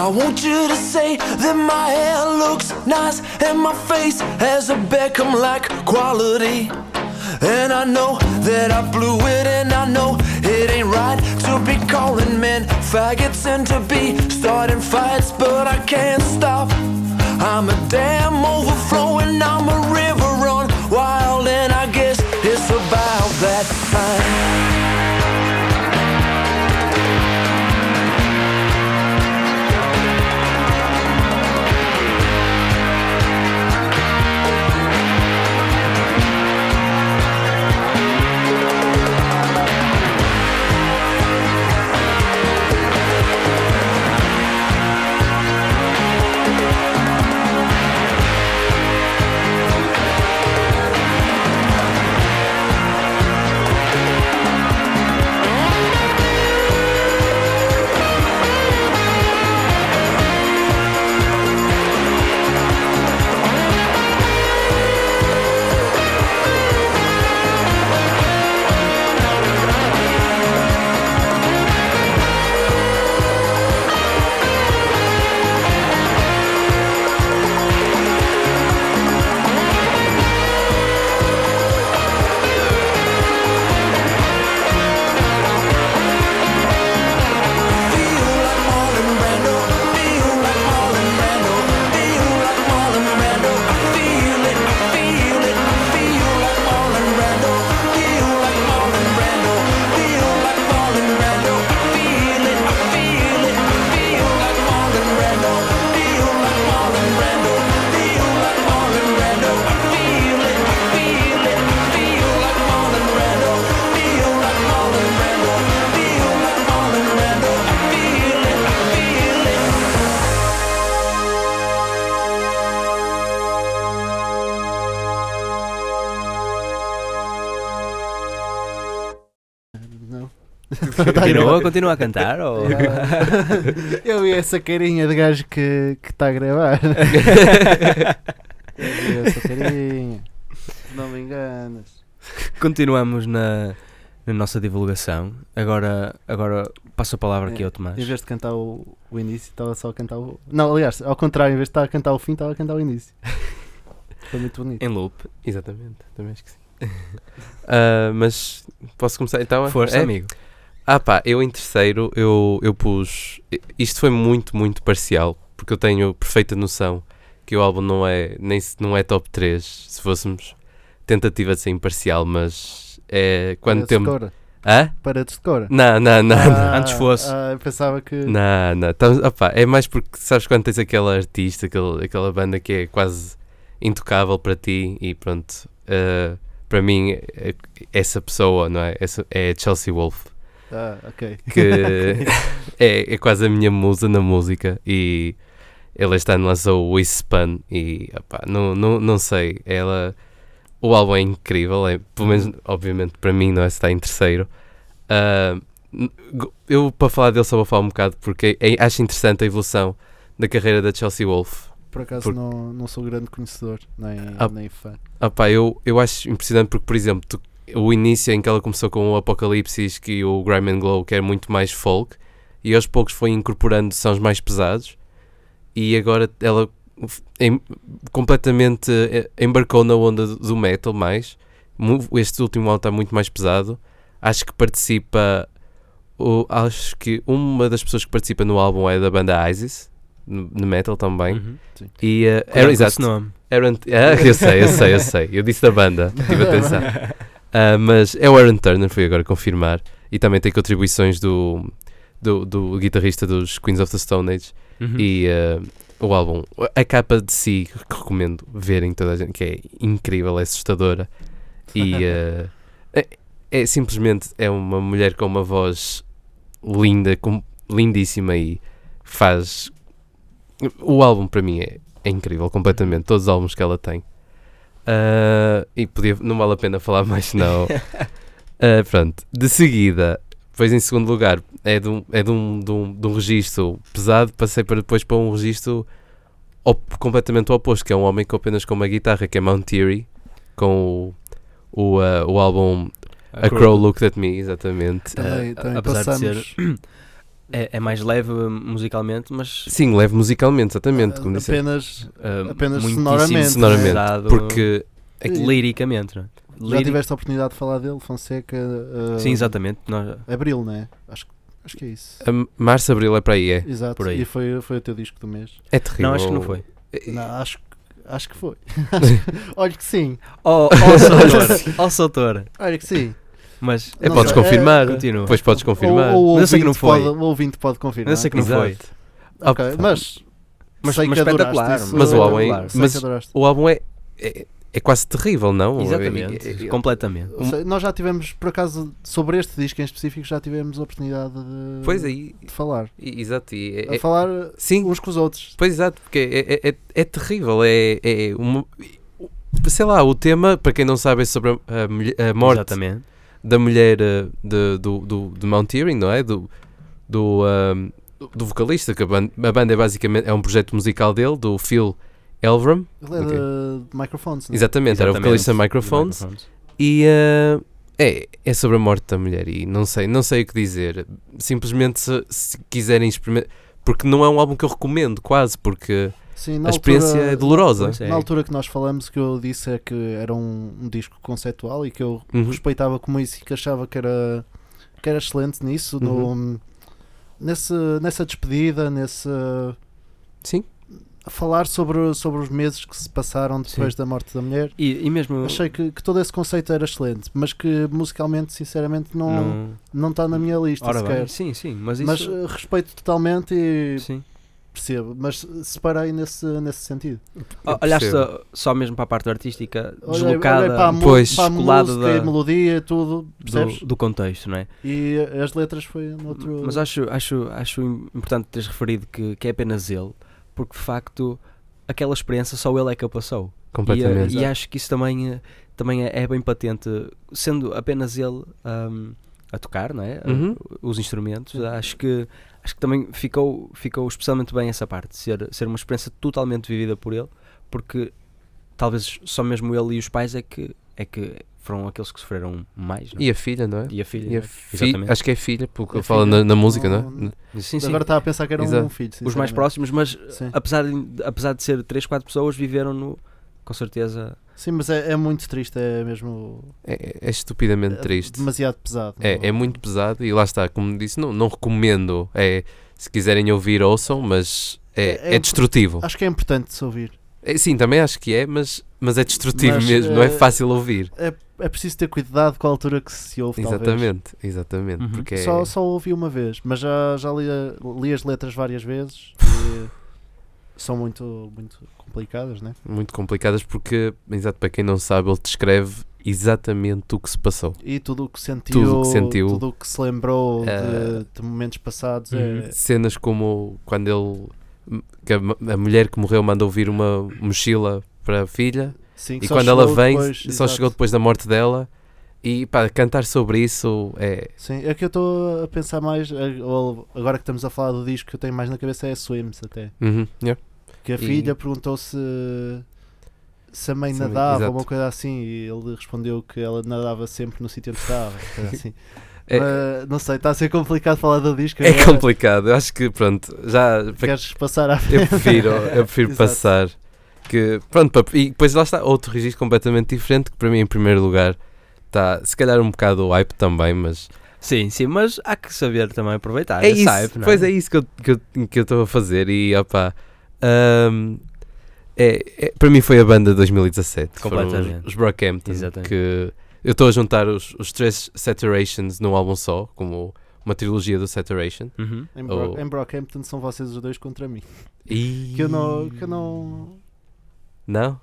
Speaker 5: I want you to say that my hair looks nice and my face has a Beckham like quality. And I know that I blew it, and I know it ain't right to be calling men faggots and to be starting fights, but I can't stop. I'm a dam overflowing, I'm a river run wild, and I guess it's about that time.
Speaker 2: Continua, continua Tá a cantar? Ou...
Speaker 3: Eu vi essa carinha de gajo que está a gravar. Eu vi essa carinha. Não me enganas.
Speaker 2: Continuamos na, na nossa divulgação. Agora, agora passo a palavra aqui ao Tomás.
Speaker 3: Em vez de cantar o, o início, estava só a cantar o. Não, aliás, ao contrário, em vez de estar a cantar o fim, estava a cantar o início. Foi muito bonito.
Speaker 2: Em loop.
Speaker 4: Exatamente, também acho que sim. Ah, mas posso começar então?
Speaker 2: Força,
Speaker 4: É?
Speaker 2: amigo.
Speaker 4: Ah pá, eu em terceiro, eu, eu pus... Isto foi muito, muito parcial, porque eu tenho perfeita noção que o álbum não é, nem, se- não é top 3, se fôssemos tentativa de ser imparcial, mas é quando
Speaker 3: Paredes de
Speaker 4: temos...
Speaker 3: cora.
Speaker 4: Hã?
Speaker 3: Paredes de cora.
Speaker 4: Não, não, não,
Speaker 3: Ah,
Speaker 2: Antes fosse.
Speaker 3: ah, eu pensava que.
Speaker 4: Não, não. Estamos, opá, é mais porque sabes quando tens aquela artista, aquele, aquela banda que é quase intocável para ti e pronto. eh, para mim, eh, essa pessoa, não é? Essa, é a Chelsea Wolfe,
Speaker 3: Ah, ok.
Speaker 4: que é, é quase a minha musa na música e ela este ano lançou o Hispan e opá, não, não, não sei, ela. O álbum é incrível, é, pelo menos, obviamente, para mim, não é? Está em terceiro. Ah, n- go- eu, para falar dele, só vou falar um bocado, porque é- acho interessante a evolução da carreira da Chelsea Wolfe.
Speaker 3: Por acaso
Speaker 4: Por-
Speaker 3: Não, não sou grande conhecedor, nem,
Speaker 4: Ah.
Speaker 3: nem
Speaker 2: eh,
Speaker 3: fã.
Speaker 4: Ah pá, eu, eu acho impressionante porque, por exemplo, tu- o início em que ela começou com o Apocalipsis que o Grime and Glow que era muito mais folk e aos poucos foi incorporando sons mais pesados e agora ela f- em- completamente eh, embarcou na onda do- do metal mais. Mu- Este último álbum está muito mais pesado. Acho que participa... o- acho que uma das pessoas que participa no álbum é da banda ISIS, no, no metal também.
Speaker 2: Uhum.
Speaker 4: E, eh,
Speaker 2: Cuidado
Speaker 4: era,
Speaker 2: com
Speaker 4: exato,
Speaker 2: esse nome.
Speaker 4: Aaron, ah, eu sei, eu sei, eu sei. Eu disse da banda, tive a pensar. Ah, mas é o Aaron Turner, fui agora confirmar. E também tem contribuições do, do, do guitarrista dos Queens of the Stone Age.
Speaker 2: Uhum.
Speaker 4: E ah, o álbum, a capa de si, que recomendo verem toda a gente, que é incrível, é assustadora. E ah, é, é simplesmente é uma mulher com uma voz linda, com, lindíssima e faz. O álbum para mim é, é incrível, completamente. Todos os álbuns que ela tem. Ah, e podia, não vale a pena falar mais, não. Ah, pronto, de seguida, depois em segundo lugar, é de um, é de um, de um, de um registro pesado, passei para depois para um registro op- completamente oposto, que é um homem com apenas com uma guitarra, que é Mount Theory, com o, o, ah, o álbum A Crow Looked at Me, exatamente.
Speaker 3: Também,
Speaker 2: a-
Speaker 3: também
Speaker 2: apesar de
Speaker 3: passamos.
Speaker 2: ser- É, é mais leve hum, musicalmente, mas
Speaker 4: Sim, leve musicalmente, exatamente,
Speaker 3: ah,
Speaker 4: como disse.
Speaker 3: apenas.
Speaker 2: ah,
Speaker 3: Apenas
Speaker 2: muitíssimo
Speaker 3: sonoramente,
Speaker 4: sonoramente,
Speaker 2: pesado,
Speaker 4: Porque
Speaker 2: liricamente. não é?
Speaker 3: Já
Speaker 2: Liri-
Speaker 3: tiveste a oportunidade de falar dele, Fonseca. ah,
Speaker 2: Sim, exatamente. nós-
Speaker 3: Abril, né? Acho, acho que é isso.
Speaker 4: ah, março, abril é para aí, é,
Speaker 3: Exato.
Speaker 2: por aí.
Speaker 3: E foi, foi o teu disco do mês.
Speaker 4: é terrível.
Speaker 2: Não, acho que não foi.
Speaker 4: Eh,
Speaker 3: Não, acho, que- acho que foi. Acho- Olha que sim.
Speaker 2: Oh, oh, Soutor, oh, Soutor.
Speaker 3: Olha que sim.
Speaker 2: Mas
Speaker 4: É,
Speaker 3: Não
Speaker 4: podes
Speaker 3: sei,
Speaker 4: confirmar,
Speaker 2: continua.
Speaker 4: depois podes confirmar.
Speaker 3: Ou, ou
Speaker 2: Mas eu sei que não
Speaker 3: ouvinte
Speaker 2: foi.
Speaker 3: Pode, o ouvinte pode confirmar.
Speaker 2: eu sei que não foi.
Speaker 4: Exato.
Speaker 3: Ok,
Speaker 4: Ah, pá.
Speaker 3: mas.
Speaker 2: Mas-
Speaker 3: sei
Speaker 2: mas
Speaker 3: que adoraste
Speaker 2: espetacular,
Speaker 3: isso.
Speaker 4: mas o álbum é-
Speaker 3: Sei que
Speaker 4: mas-
Speaker 3: adoraste.
Speaker 4: O álbum é, é, é quase terrível, não?
Speaker 2: Exatamente,
Speaker 4: É- é- é-
Speaker 2: completamente.
Speaker 3: Sei, Nós já tivemos, por acaso, sobre este disco em específico, já tivemos a oportunidade de,
Speaker 4: Pois aí,
Speaker 3: de falar.
Speaker 4: e- exato. e é-
Speaker 3: A
Speaker 4: é-
Speaker 3: falar
Speaker 4: sim,
Speaker 3: uns com os outros.
Speaker 4: pois exato, porque é, é- é- é terrível. É, é uma- sei lá, o tema, para quem não sabe, é sobre a, a mulher- a morte
Speaker 2: Exatamente.
Speaker 4: da mulher eh, de, do, do, de Mountaineering, não é? Do, do, ahm, do- do vocalista, que a ban- a banda, é basicamente é um projeto musical dele, do Phil Elverum.
Speaker 3: Ele é
Speaker 4: Ok.
Speaker 3: de, de microphones, não é?
Speaker 4: Exatamente, era o vocalista de Microphones. E ah, é, é sobre a morte da mulher e não sei, não sei o que dizer. Simplesmente se, se quiserem experimentar. Porque não é um álbum que eu recomendo, quase, porque
Speaker 3: Sim,
Speaker 4: a experiência é dolorosa.
Speaker 2: Pois é.
Speaker 3: Na altura que nós falamos, o que eu disse é que era um, um disco conceptual e que eu
Speaker 4: Uhum.
Speaker 3: respeitava como isso e que achava que era, que era excelente nisso, no-
Speaker 4: Uhum.
Speaker 3: nesse, nessa despedida, nesse
Speaker 4: Sim.
Speaker 3: a falar sobre, sobre os meses que se passaram depois da morte da mulher.
Speaker 2: E, e mesmo.
Speaker 3: Achei que, que todo esse conceito era excelente, mas que musicalmente, sinceramente, não
Speaker 2: não-
Speaker 3: não está na minha lista
Speaker 2: Ora
Speaker 3: sequer.
Speaker 2: bem, sim, sim, mas
Speaker 3: mas
Speaker 2: isso.
Speaker 3: eh, respeito totalmente e
Speaker 2: sim.
Speaker 3: percebo, mas separei nesse, nesse sentido.
Speaker 2: Oh, Olhaste só, só mesmo para a parte artística
Speaker 3: Olhei-
Speaker 2: deslocada
Speaker 3: olhei para a, mu-
Speaker 4: pois,
Speaker 3: para a
Speaker 2: colado
Speaker 3: música e
Speaker 2: da-
Speaker 3: melodia e tudo, percebes?
Speaker 2: do, do contexto, não é?
Speaker 3: E as letras foi um noutro.
Speaker 2: Mas acho, acho, acho importante teres referido que, que é apenas ele, porque de facto aquela experiência só ele é que a passou. E, eh,
Speaker 4: Completamente.
Speaker 2: E, acho que isso também, eh, também é é bem patente, sendo apenas ele ahm, a a tocar, não é?
Speaker 4: Uhum.
Speaker 2: Os instrumentos. Acho que acho que também ficou ficou especialmente bem essa parte, ser ser uma experiência totalmente vivida por ele, porque talvez só mesmo ele e os pais é que é que foram aqueles que sofreram mais, não é?
Speaker 4: E a filha, não é?
Speaker 2: E a filha.
Speaker 4: E a
Speaker 2: não é?
Speaker 4: fi-
Speaker 2: Exatamente.
Speaker 4: Acho que é filha, porque
Speaker 3: É
Speaker 4: ele fala
Speaker 3: filha.
Speaker 4: na, na música,
Speaker 3: Não-
Speaker 4: não é?
Speaker 2: Sim, sim.
Speaker 3: Agora estava a pensar que era
Speaker 4: Exato.
Speaker 3: um filho.
Speaker 2: os mais
Speaker 3: sinceramente.
Speaker 2: próximos, mas
Speaker 3: Sim.
Speaker 2: apesar de, apesar de ser 3, 4 pessoas, viveram no com certeza.
Speaker 3: Sim, mas é, é muito triste, é mesmo
Speaker 4: É, é estupidamente
Speaker 3: é
Speaker 4: triste.
Speaker 3: demasiado pesado. não
Speaker 4: É, é muito pesado e lá está, como disse, não, não recomendo. É, se quiserem ouvir, ouçam, mas é,
Speaker 3: É-
Speaker 4: é
Speaker 3: é-
Speaker 4: destrutivo.
Speaker 3: Acho que é importante se ouvir.
Speaker 4: É, sim, também acho que é, mas, mas é destrutivo
Speaker 3: Mas,
Speaker 4: mesmo, não é
Speaker 3: eh,
Speaker 4: fácil ouvir.
Speaker 3: É preciso ter cuidado com a altura que se ouve, talvez.
Speaker 4: Exatamente, exatamente.
Speaker 2: Uhum.
Speaker 4: Porque é-
Speaker 3: Só, só ouvi uma vez, mas já, já li, a- li as letras várias vezes e são muito, muito complicadas, né?
Speaker 4: muito complicadas porque, exato, para quem não sabe, ele descreve exatamente o que se passou.
Speaker 3: E tudo o que sentiu,
Speaker 4: Tudo o que sentiu.
Speaker 3: tudo o que se lembrou
Speaker 4: Eh,
Speaker 3: de, de momentos passados
Speaker 2: Uhum.
Speaker 3: é,
Speaker 4: Cenas como quando ele que a, m- a mulher que morreu manda ouvir uma mochila para a filha
Speaker 3: sim, que
Speaker 4: e
Speaker 3: só
Speaker 4: quando ela
Speaker 3: chegou
Speaker 4: vem
Speaker 3: depois,
Speaker 4: só
Speaker 3: exato.
Speaker 4: chegou depois da morte dela e pá, cantar sobre isso é
Speaker 3: Sim, é que eu estou a pensar mais, a- ou agora que estamos a falar do disco que eu tenho mais na cabeça é Swims até.
Speaker 4: uhum, yeah.
Speaker 3: Que a
Speaker 4: E-
Speaker 3: filha perguntou se se a mãe
Speaker 4: Se a mãe-
Speaker 3: nadava
Speaker 4: exato.
Speaker 3: ou uma coisa assim e ele respondeu que ela nadava sempre no sítio onde estava. uma coisa assim.
Speaker 4: É-
Speaker 3: Mas, Ah, não sei, está a ser complicado falar do disco.
Speaker 4: é
Speaker 3: agora.
Speaker 4: complicado, eu acho que pronto, já para
Speaker 3: Queres passar à frente?
Speaker 4: Eu prefiro, eu prefiro
Speaker 3: Exato.
Speaker 4: passar. Que, pronto, pap- e depois lá está outro registro completamente diferente, que para mim, em primeiro lugar, está se calhar um bocado o hype também, mas
Speaker 2: Sim, sim, mas há que saber também aproveitar.
Speaker 4: é
Speaker 2: esse
Speaker 4: isso.
Speaker 2: hype, não
Speaker 4: pois é isso que eu que eu- que eu estou a fazer. E opá, hum, é, é- para mim foi a banda de 2017, foram os-
Speaker 2: Completamente.
Speaker 4: os Brockhampton.
Speaker 2: Exatamente.
Speaker 4: Que eu estou a juntar os, os três Saturations num álbum só, como uma trilogia do Saturation.
Speaker 2: Uhum.
Speaker 3: Em, Bro
Speaker 4: Oh.
Speaker 3: em Brockhampton são vocês os dois contra mim.
Speaker 4: E...
Speaker 3: Que eu não. Que eu não
Speaker 4: Não?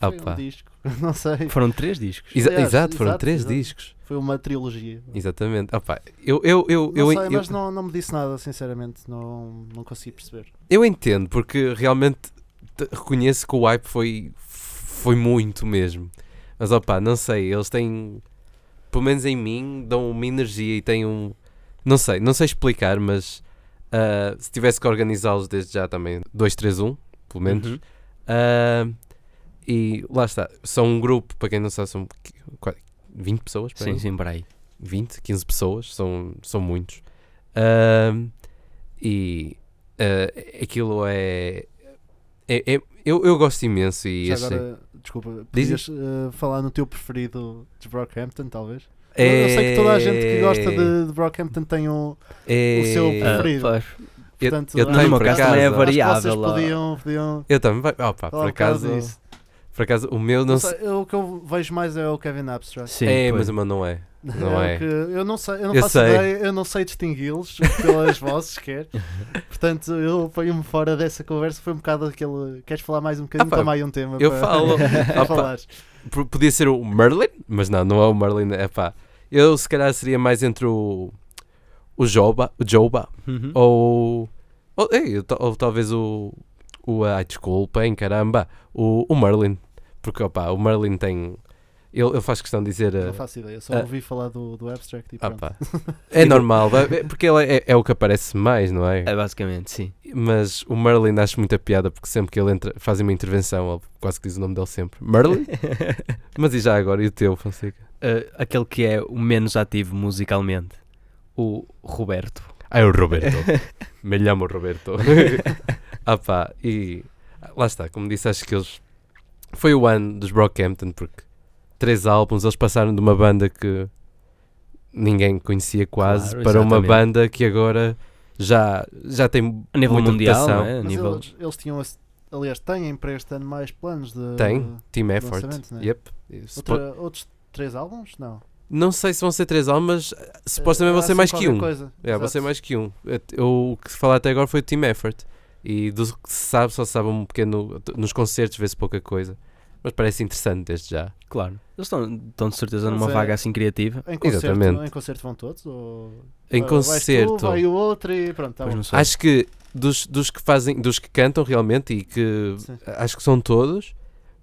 Speaker 3: foi
Speaker 4: Opa.
Speaker 3: um disco. Não sei.
Speaker 2: Foram três discos.
Speaker 4: Exa-
Speaker 3: Aliás,
Speaker 4: exato, foram
Speaker 3: exato,
Speaker 4: três
Speaker 3: exato.
Speaker 4: discos.
Speaker 3: Foi uma trilogia.
Speaker 4: Exatamente. Opa, eu, eu, eu,
Speaker 3: Não
Speaker 4: eu,
Speaker 3: sei,
Speaker 4: eu,
Speaker 3: mas não, não me disse nada, sinceramente. Não, não consegui perceber.
Speaker 4: eu entendo, porque realmente te- reconheço que o hype foi, foi muito mesmo. Mas opa, não sei, eles têm, pelo menos em mim, dão uma energia e têm um. Não sei, não sei explicar, mas ah, se tivesse que organizá-los desde já também, 2-3-1, pelo menos.
Speaker 2: Uhum.
Speaker 4: Ah, e lá está, são um grupo, para quem não sabe, são qu- qua- 20 pessoas, por aí?
Speaker 2: Sim, sim, para assim aí.
Speaker 4: 20, 15 pessoas, são, são muitos. Ahm, e ah, aquilo é. é- é- eu, eu gosto imenso e assim,
Speaker 3: Já
Speaker 4: achei-
Speaker 3: agora, desculpa,
Speaker 4: Diz
Speaker 3: podias eh, falar no teu preferido de Brockhampton, talvez? Eu-
Speaker 4: é,
Speaker 3: Eu sei que toda a gente que gosta de, de Brockhampton tem um.
Speaker 4: é-
Speaker 3: o seu
Speaker 4: eu-
Speaker 3: preferido.
Speaker 2: Ah, pois.
Speaker 4: eu,
Speaker 3: portanto,
Speaker 4: eu
Speaker 3: acho-
Speaker 4: tenho
Speaker 2: No meu
Speaker 4: por
Speaker 2: caso
Speaker 4: acaso.
Speaker 2: também é
Speaker 3: acho que
Speaker 2: variável,
Speaker 3: Vocês
Speaker 2: ah.
Speaker 3: podiam, podiam
Speaker 4: Eu também, vai- opa,
Speaker 3: falar
Speaker 4: por
Speaker 3: um bocado
Speaker 4: acaso,
Speaker 3: disso.
Speaker 4: por acaso, o meu não
Speaker 3: Não
Speaker 4: sei.
Speaker 3: sei, eu- o que eu vejo mais é o Kevin Abstract.
Speaker 2: Sim,
Speaker 4: é,
Speaker 2: pois.
Speaker 4: mas o meu não é. Não é.
Speaker 3: o que- eu não sei, eu não
Speaker 4: Eu
Speaker 3: faço
Speaker 4: sei.
Speaker 3: ideia, eu não sei distingui-los pelas vozes, quer. Portanto, eu ponho-me fora dessa conversa. Foi um bocado aquele. Queres falar mais um bocadinho?
Speaker 4: Ah, pá,
Speaker 3: Toma aí um tema.
Speaker 4: eu
Speaker 3: para,
Speaker 4: falo. Ah,
Speaker 3: para
Speaker 4: Opa.
Speaker 3: falares.
Speaker 4: P- Podia ser o Merlin, mas não, não é o Merlin. É pá. Eu se calhar seria mais entre o. O Joba, o Joba
Speaker 2: Uhum.
Speaker 4: ou, ou, ei, ou ta- ou talvez o, o ai desculpem, caramba, o, o Merlin, porque opá, o Merlin tem, ele, ele faz questão de dizer, eh,
Speaker 3: Não faço ideia, só
Speaker 4: Ah.
Speaker 3: ouvi falar do, do Abstract e
Speaker 4: ah,
Speaker 3: pronto.
Speaker 4: pá, é normal, vai- é porque ele é, é o que aparece mais, não é?
Speaker 2: É basicamente, sim.
Speaker 4: Mas o Merlin acho muita piada, porque sempre que ele entra, faz uma intervenção, ele quase que diz o nome dele sempre, Merlin? Mas e já agora, e o teu, Fonseca?
Speaker 2: Uh, aquele que é o menos ativo musicalmente, o Roberto.
Speaker 4: Ah, é o Roberto, me chamo Roberto. Ah pá, e lá está, como disse, acho que eles. Foi o ano dos Brockhampton, porque três álbuns eles passaram de uma banda que ninguém conhecia quase
Speaker 2: Claro,
Speaker 4: para uma
Speaker 2: exatamente.
Speaker 4: banda que agora já, já tem
Speaker 2: a nível
Speaker 4: muita
Speaker 2: mundial,
Speaker 4: votação.
Speaker 2: não é? A
Speaker 3: Mas
Speaker 2: nível...
Speaker 3: eles, eles tinham, esse- aliás, têm para este ano mais planos de.
Speaker 4: Tem, Team Effort.
Speaker 3: lançamento, não é?
Speaker 4: Yep. Supo-
Speaker 3: outra- outros três álbuns? Não.
Speaker 4: Não sei se vão ser três álbuns, mas eh, supostamente vão
Speaker 3: Há
Speaker 4: ser
Speaker 3: assim
Speaker 4: mais que
Speaker 3: qualquer
Speaker 4: um.
Speaker 3: Coisa.
Speaker 4: É, vão ser
Speaker 3: Exato.
Speaker 4: mais que um. Eh, eu- O que se fala até agora foi o Team Effort. E do que se sabe, só se sabe um pequeno. Nos concertos vê-se pouca coisa. Mas parece interessante desde já.
Speaker 2: Claro. Eles estão, estão de certeza numa
Speaker 3: Mas é-
Speaker 2: vaga assim criativa.
Speaker 3: Em concerto, é?
Speaker 4: Exatamente.
Speaker 3: em concerto vão todos? Ou...
Speaker 4: Em
Speaker 3: vai-
Speaker 4: concerto.
Speaker 3: Vais tu, vai o outro e pronto, tá
Speaker 2: Pois
Speaker 3: bom.
Speaker 2: não sei.
Speaker 4: Acho que dos, dos que fazem, dos que cantam realmente e que
Speaker 3: Sim.
Speaker 4: acho que são todos,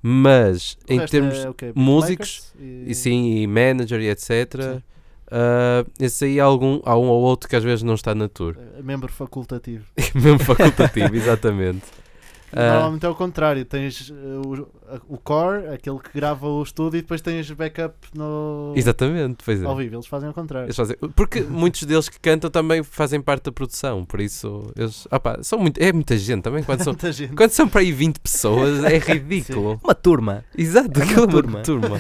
Speaker 4: mas
Speaker 3: O
Speaker 4: em
Speaker 3: resto
Speaker 4: termos
Speaker 3: é o quê?
Speaker 4: músicos,
Speaker 3: Beatmakers e...
Speaker 4: e sim, e manager e etc.
Speaker 3: Sim.
Speaker 4: Ah, esse aí há, algum, há um ou outro que às vezes não está na tour. é
Speaker 3: É Membro facultativo.
Speaker 4: Mesmo facultativo, exatamente. Ah.
Speaker 3: Normalmente é o contrário. Tens eh, o, a- o core, aquele que grava o estúdio, e depois tens backup no
Speaker 4: Exatamente, pois é.
Speaker 3: ao vivo. Eles fazem o contrário.
Speaker 4: Eles fazem- Porque muitos deles que cantam também fazem parte da produção, por isso eles. Ah pá, são muito... É muita gente também. Quando são,
Speaker 3: Muita gente.
Speaker 4: quando são para aí 20 pessoas, é ridículo.
Speaker 2: Uma turma.
Speaker 4: Exato,
Speaker 2: É uma
Speaker 4: aquela
Speaker 2: turma.
Speaker 4: turma.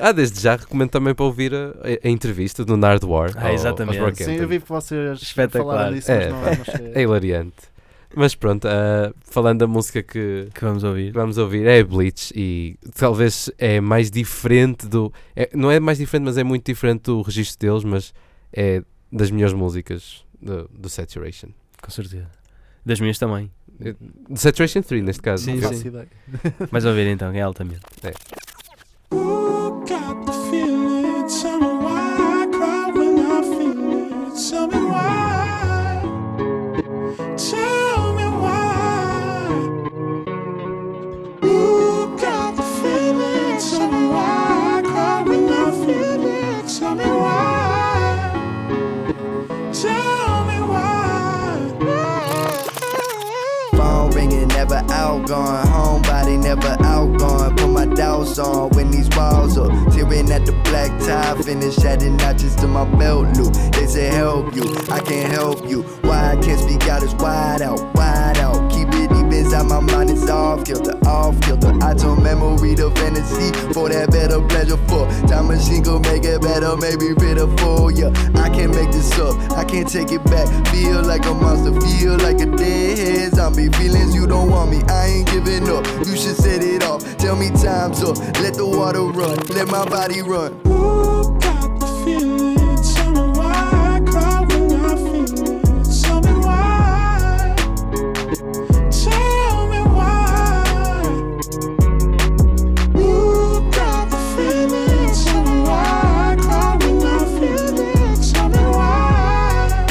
Speaker 4: ah, desde já recomendo também para ouvir a, a entrevista do Nard War. ao-
Speaker 2: Ah,
Speaker 4: aos
Speaker 2: exatamente.
Speaker 4: Brockhampton.
Speaker 3: Sim, eu vi que vocês
Speaker 2: Espetacular.
Speaker 3: falaram disso,
Speaker 4: É,
Speaker 3: mas não,
Speaker 4: pá.
Speaker 3: não cheguei.
Speaker 4: É hilariante. Mas pronto, ah, falando da música que
Speaker 2: Que vamos ouvir.
Speaker 4: vamos ouvir é Bleach e talvez é mais diferente do. é- não é mais diferente, mas é muito diferente do registro deles, mas é das melhores músicas do, do Saturation.
Speaker 2: Com certeza. Das minhas também.
Speaker 4: Do Saturation 3, neste caso.
Speaker 2: Sim,
Speaker 3: Não
Speaker 4: Eu-
Speaker 3: faço ideia.
Speaker 2: Mas ouvir então, é altamente.
Speaker 6: Ooh, got the feeling. Tell me why I cry when I feel it. Tell me why. Tell me why. Ooh, got the feeling. Tell me why I cry when I feel it. Tell me why. Tell me why.
Speaker 5: Phone ringing, never out gone. Homebody, never out gone. Put my doubts on when these walls up. Tearing at the black tie, finish adding notches to my belt loop. They say help you, I can't help you. Why I can't speak out is wide out, wide out. Keep it deep inside my mind, it's off kilter, off kilter. I turn memory to fantasy for that better pleasure. For time machine go make it better, maybe pitiful. Yeah, I can't make this up, I can't take it back. Feel like a monster, feel like a deadhead zombie. Feelings you don't want me, I ain't giving up. You should set it off. Tell me time's up, let the water run, let my body run.
Speaker 6: Ooh, got the feeling. Tell me why I cry when I feel it. Tell me why. Tell me why. Ooh, got the feeling. Tell me why I cry when I feel it. Tell me why.